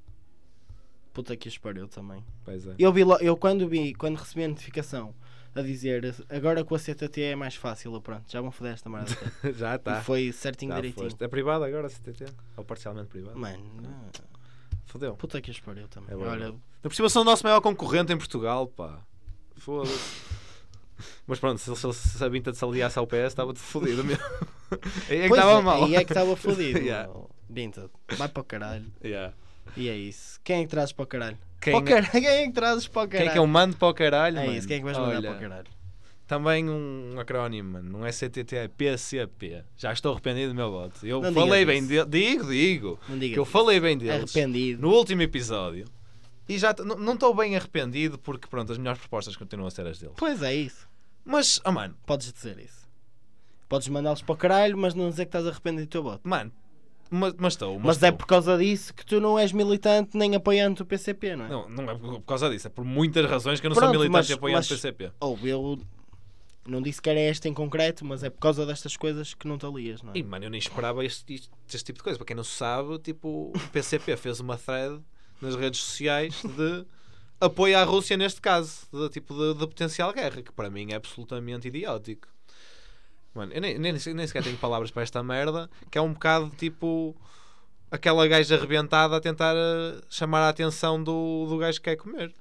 S1: Puta que os pariu também.
S2: Pois é.
S1: Eu, vi lo- eu quando vi, quando recebi a notificação a dizer agora com a CTT é mais fácil, eu, pronto, já vão foder esta merda. toda."
S2: Já
S1: E
S2: está.
S1: foi certinho
S2: Já
S1: direitinho.
S2: Tá. foste. É privado agora, CTT? Ou parcialmente privado?
S1: Mano, ah,
S2: Fodeu.
S1: puta que os pariu também.
S2: É bom,
S1: Olha,
S2: Na por cima são o nosso maior concorrente em Portugal, pá. Foda-se. Mas pronto, se, se, se a Vinta de aliasse ao PS, estava de fodido mesmo. Aí é que
S1: pois
S2: estava
S1: é,
S2: mal.
S1: E é que estava fodido.
S2: Yeah.
S1: meu. Vinted, vai para o caralho.
S2: Yeah.
S1: E é isso. Quem é que trazes para o caralho?
S2: Quem,
S1: Para o caralho, Quem é que trazes para o
S2: quem
S1: caralho?
S2: é que eu mando para o caralho?
S1: É
S2: mano?
S1: isso, quem é que vais mandar
S2: Olha,
S1: para o caralho?
S2: Também um acrónimo, mano. Não é CTT, é PCP. Já estou arrependido do meu voto. Eu
S1: Não digas
S2: falei bem
S1: isso.
S2: dele. Digo, digo.
S1: Não diga.
S2: Que eu falei bem deles.
S1: Arrependido.
S2: no último episódio. E já t- não não estou bem arrependido porque, pronto, as melhores propostas continuam a ser as dele.
S1: Pois é isso.
S2: Mas, oh mano,
S1: Podes dizer isso. Podes mandá-los para o caralho, mas não dizer que estás arrependido do teu voto.
S2: mano, mas mas estou.
S1: Mas é
S2: estou.
S1: por causa disso que tu não és militante nem apoiante do PCP, não é?
S2: Não, não é por por causa disso, é por muitas razões que eu não
S1: Pronto,
S2: sou militante
S1: mas-
S2: e apoiante do
S1: mas-
S2: PCP.
S1: Ou eu não disse que era esta em concreto, mas é por causa destas coisas que não te alias, não é?
S2: E mano, eu nem esperava este, isto- este tipo de coisa. Para quem não sabe, tipo, o PCP fez uma thread nas redes sociais de apoio à Rússia neste caso, de, tipo de, de potencial guerra, que para mim é absolutamente idiótico. Mano, eu nem, nem, nem sequer tenho palavras para esta merda, que é um bocado tipo aquela gaja arrebentada a tentar eh, chamar a atenção do, do gajo que quer comer.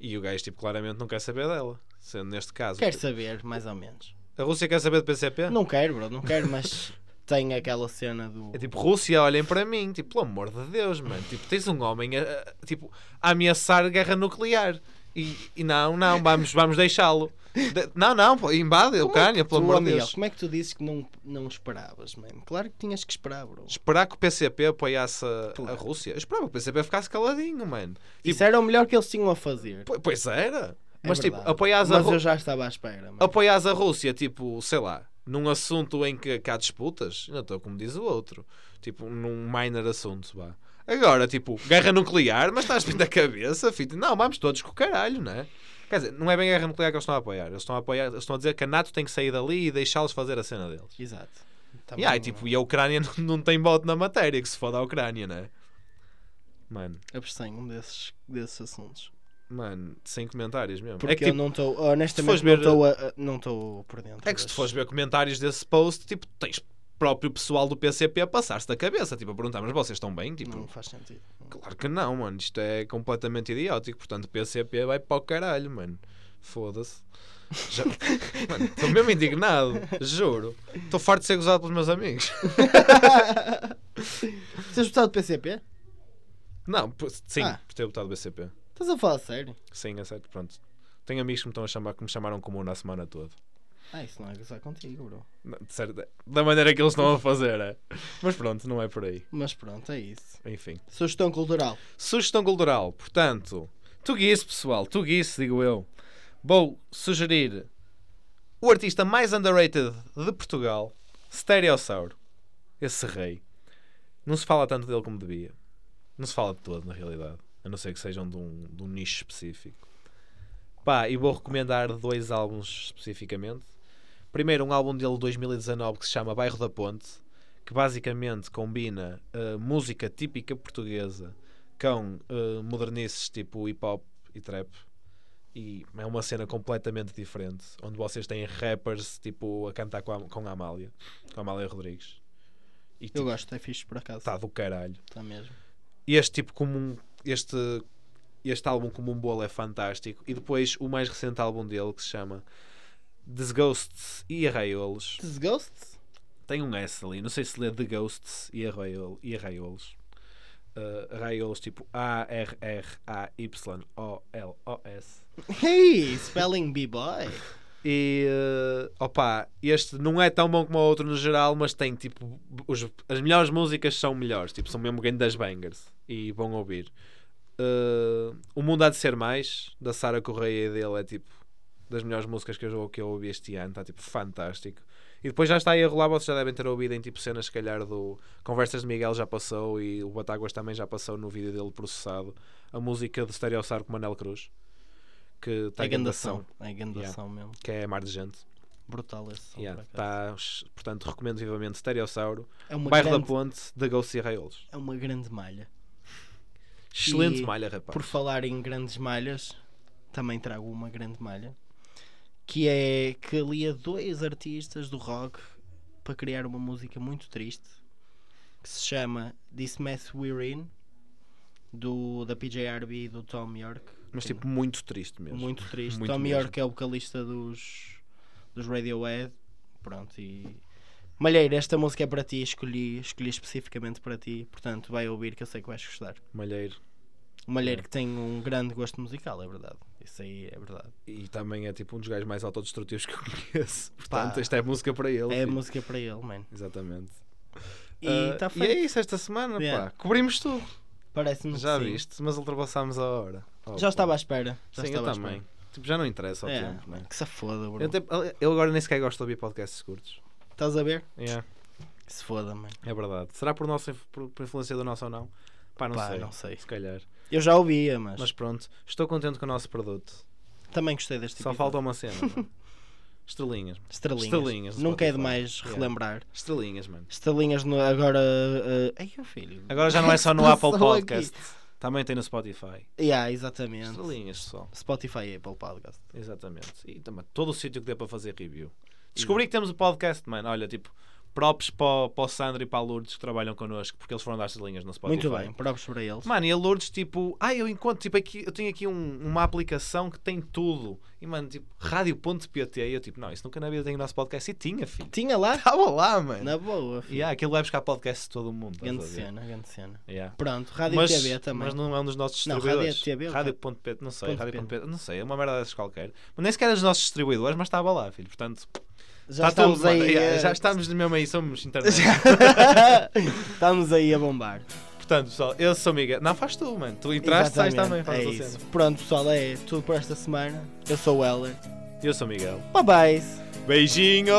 S2: E o gajo, tipo, claramente não quer saber dela. Sendo neste caso.
S1: Quero saber, mais ou menos.
S2: A Rússia quer saber do PCP?
S1: Não quero, bro, não quero, mas tem aquela cena do.
S2: É tipo, Rússia, olhem para mim, tipo, pelo amor de Deus, mano. Tipo, tens um homem a, a- tipo, a ameaçar guerra nuclear. E, e não, não, vamos, vamos deixá-lo. De- não, não, pô, invade a Ucrânia, pelo
S1: é Tu,
S2: amor de
S1: Miguel,
S2: Deus.
S1: Como é que tu disse que não, não esperavas, mano? Claro que tinhas que esperar, bro.
S2: Esperar que o PCP apoiasse a, a
S1: Claro.
S2: Rússia? Eu esperava que o PCP ficasse caladinho, mano. Tipo,
S1: Isso era o melhor que eles tinhas a fazer.
S2: po- Pois era.
S1: É
S2: Mas tipo,
S1: verdade.
S2: apoias a,
S1: Mas
S2: Ru-
S1: eu já estava à espera, mano.
S2: apoias a Rússia, tipo, sei lá, num assunto em que, que há disputas, não estou como diz o outro, tipo, num minor assunto, vá. Agora, tipo, guerra nuclear, mas estás bem da cabeça, filho. Não, vamos todos com o caralho, não é? Quer dizer, não é bem guerra nuclear que eles estão a apoiar. Eles estão a, apoiar, eles estão a dizer que a NATO tem que sair dali e deixá-los fazer a cena deles.
S1: Exato. Tá
S2: e, aí,
S1: bom,
S2: tipo,
S1: mano.
S2: e a Ucrânia não, não tem bote na matéria, que se foda a Ucrânia, não é? Mano,
S1: abstenho-me desses, desses assuntos.
S2: mano, sem comentários mesmo.
S1: Porque
S2: é que,
S1: eu
S2: É tipo,
S1: não estou,
S2: se
S1: honestamente,
S2: fores ver- eh,
S1: não estou por dentro.
S2: É que se tu
S1: das-
S2: fores ver comentários desse post, tipo, tens próprio pessoal do PCP a passar-se da cabeça, tipo, a perguntar, mas vocês estão bem? Tipo,
S1: Não faz sentido.
S2: claro que não, mano, isto é completamente idiótico, portanto, o PCP vai para o caralho, mano. Foda-se. Já- Mano, estou mesmo indignado, juro. Estou farto de ser gozado pelos meus amigos.
S1: Tens votado PCP?
S2: Não, por- sim,
S1: Ah.
S2: por ter votado BCP.
S1: Estás a falar sério?
S2: Sim, aceito, pronto. Tenho amigos que me estão a chamar, que me chamaram comum na semana toda.
S1: Ah, isso não é gozar contigo, bro.
S2: Não, de certa- Da maneira que eles estão a fazer, é. Mas pronto, não é por aí.
S1: Mas pronto, é isso.
S2: Enfim.
S1: Sugestão cultural.
S2: Sugestão cultural, portanto, Tuguice, pessoal, Tuguice, digo eu. Vou sugerir o artista mais underrated de Portugal, Stereossauro. Esse rei. Não se fala tanto dele como devia. Não se fala de todo, na realidade. A não ser que sejam de um, de um nicho específico. Pá, e vou recomendar dois álbuns especificamente. Primeiro, um álbum dele de 2019 que se chama Bairro da Ponte, que basicamente combina eh, música típica portuguesa com eh, modernices tipo hip hop e trap. E é uma cena completamente diferente, onde vocês têm rappers tipo a cantar com a, com a Amália, com a Amália Rodrigues. E
S1: Eu
S2: tipo,
S1: gosto, é fixe por acaso.
S2: está do caralho
S1: Tá mesmo.
S2: este tipo como um, este este álbum como um bolo é fantástico e depois o mais recente álbum dele que se chama The Ghosts e Arraiolos
S1: These Ghosts?
S2: tem um S ali, não sei se lê The Ghosts e Arraiol- e Arraiolos Uh, Arraiolos tipo A-R-R-A-Y-O-L-O-S
S1: Hey, Spelling B-Boy.
S2: E eh, opá, este não é tão bom como o outro no geral, mas tem tipo os- as melhores músicas são melhores, tipo, são mesmo grande das bangers e vão ouvir. Eh, o Mundo Há de Ser Mais, da Sara Correia e dele, é tipo das melhores músicas que eu, que eu ouvi este ano, está tipo fantástico. E depois já está aí a rolar, vocês já devem ter ouvido em tipo cenas, se calhar, do Conversas de Miguel já passou e o Batáguas também já passou no vídeo dele processado. A música de Stereossar com Manel Cruz, que está
S1: É
S2: em
S1: gandação.
S2: gandação,
S1: É gandação mesmo.
S2: que é Mar de Gente.
S1: Brutal esse som.
S2: Yeah,
S1: por acaso.
S2: tá, sh- portanto, recomendo vivamente Stereossauro,
S1: É, uma
S2: Bairro
S1: grande,
S2: da Ponte, da Ghost e Raiolos.
S1: é uma grande malha.
S2: Excelente
S1: E-
S2: malha, rapaz.
S1: Por falar em grandes malhas, também trago uma grande malha. Que é que alia dois artistas do rock para criar uma música muito triste que se chama This Mess We're In do, da PJ Harvey e do Tom York.
S2: Mas,
S1: Que- é
S2: tipo, muito triste mesmo.
S1: Muito triste.
S2: Muito
S1: Tom
S2: mesmo.
S1: York é o vocalista dos, dos Radiohead. Pronto, e. Malheiro, esta música é para ti, escolhi, escolhi especificamente para ti, portanto vai ouvir que eu sei que vais gostar.
S2: Malheiro.
S1: O Malheiro
S2: É.
S1: que tem um grande gosto musical, é verdade. Isso aí é verdade.
S2: E também é, tipo, um dos gajos mais autodestrutivos que eu conheço. Portanto,
S1: Pá.
S2: esta é música para ele.
S1: É a
S2: filho.
S1: música para ele, mano.
S2: Exatamente.
S1: E
S2: Ah,
S1: está
S2: e é
S1: feito.
S2: isso esta semana,
S1: Yeah.
S2: pá. Cobrimos tudo.
S1: Parece-me
S2: Já
S1: que sim.
S2: viste, mas ultrapassámos a hora. Oh,
S1: Já
S2: pá.
S1: estava à espera. Já
S2: Sim, eu
S1: estava à
S2: também.
S1: espera.
S2: Tipo, já não interessa ao
S1: É, um.
S2: tempo, né?
S1: Que se foda, bro.
S2: Eu, até- eu agora nem sequer gosto de ouvir podcasts curtos.
S1: Estás a ver?
S2: Yeah,
S1: Que se foda, mano.
S2: é verdade. Será por, nossa, inf- por, por influência do nosso ou não? Pá, não
S1: Pá,
S2: sei.
S1: não sei.
S2: Se calhar.
S1: Eu já ouvia, mas,
S2: Mas pronto, estou contente com o nosso produto.
S1: também gostei deste
S2: Só
S1: episódio.
S2: falta uma cena. mano. Estrelinhas.
S1: Estrelinhas.
S2: Estrelinhas no
S1: Nunca é
S2: Spotify.
S1: demais
S2: Yeah.
S1: relembrar.
S2: Estrelinhas, mano.
S1: Estrelinhas no, agora. eh, ai, meu filho.
S2: Agora já não é só no
S1: Passou
S2: Apple Podcast. Também tem no Spotify.
S1: Yeah, exatamente.
S2: Estrelinhas, pessoal.
S1: Spotify e Apple Podcast.
S2: Exatamente. E também todo o sítio que dê para fazer review. Descobri que temos o podcast, mano. Olha, tipo, props para, o- para o Sandro e para a Lourdes que trabalham connosco, porque eles foram dar estrelinhas no Spotify.
S1: Muito bem, próprios para eles.
S2: Mano, e a Lourdes, tipo, ah, eu encontro, tipo, aqui, eu tenho aqui um- uma aplicação que tem tudo. E, mano, tipo, rádio.pt. E eu, tipo, não, isso nunca na vida tem o nosso podcast. E tinha, filho.
S1: Tinha lá,
S2: Estava lá, mano.
S1: na boa. filho.
S2: E yeah, aquilo vai buscar podcast de todo o mundo. estás
S1: Grande
S2: a ver?
S1: cena, grande cena.
S2: Yeah.
S1: Pronto, Rádio
S2: mas,
S1: TV também.
S2: mas não é um dos nossos
S1: Não,
S2: distribuidores.
S1: Rádio TB,
S2: Rádio.pt, não sei,
S1: ponto
S2: Rádio.pt, não sei, é uma merda dessas qualquer. Mas nem sequer é dos nossos distribuidores, mas estava lá, filho. Portanto,
S1: já
S2: está Tá tudo,
S1: estamos
S2: mano.
S1: aí. eh,
S2: Yeah,
S1: a...
S2: já estamos mesmo aí, somos internet.
S1: estamos aí a bombar.
S2: Portanto, pessoal, eu sou amiga. Não, faz tu, mano. Tu entraste, sais também,
S1: Exatamente,
S2: faz
S1: é
S2: a
S1: isso.
S2: cena.
S1: Pronto, pessoal, é tudo por esta semana. Eu sou o Heller.
S2: Eu sou Miguel.
S1: Bye bye.
S2: Beijinhos!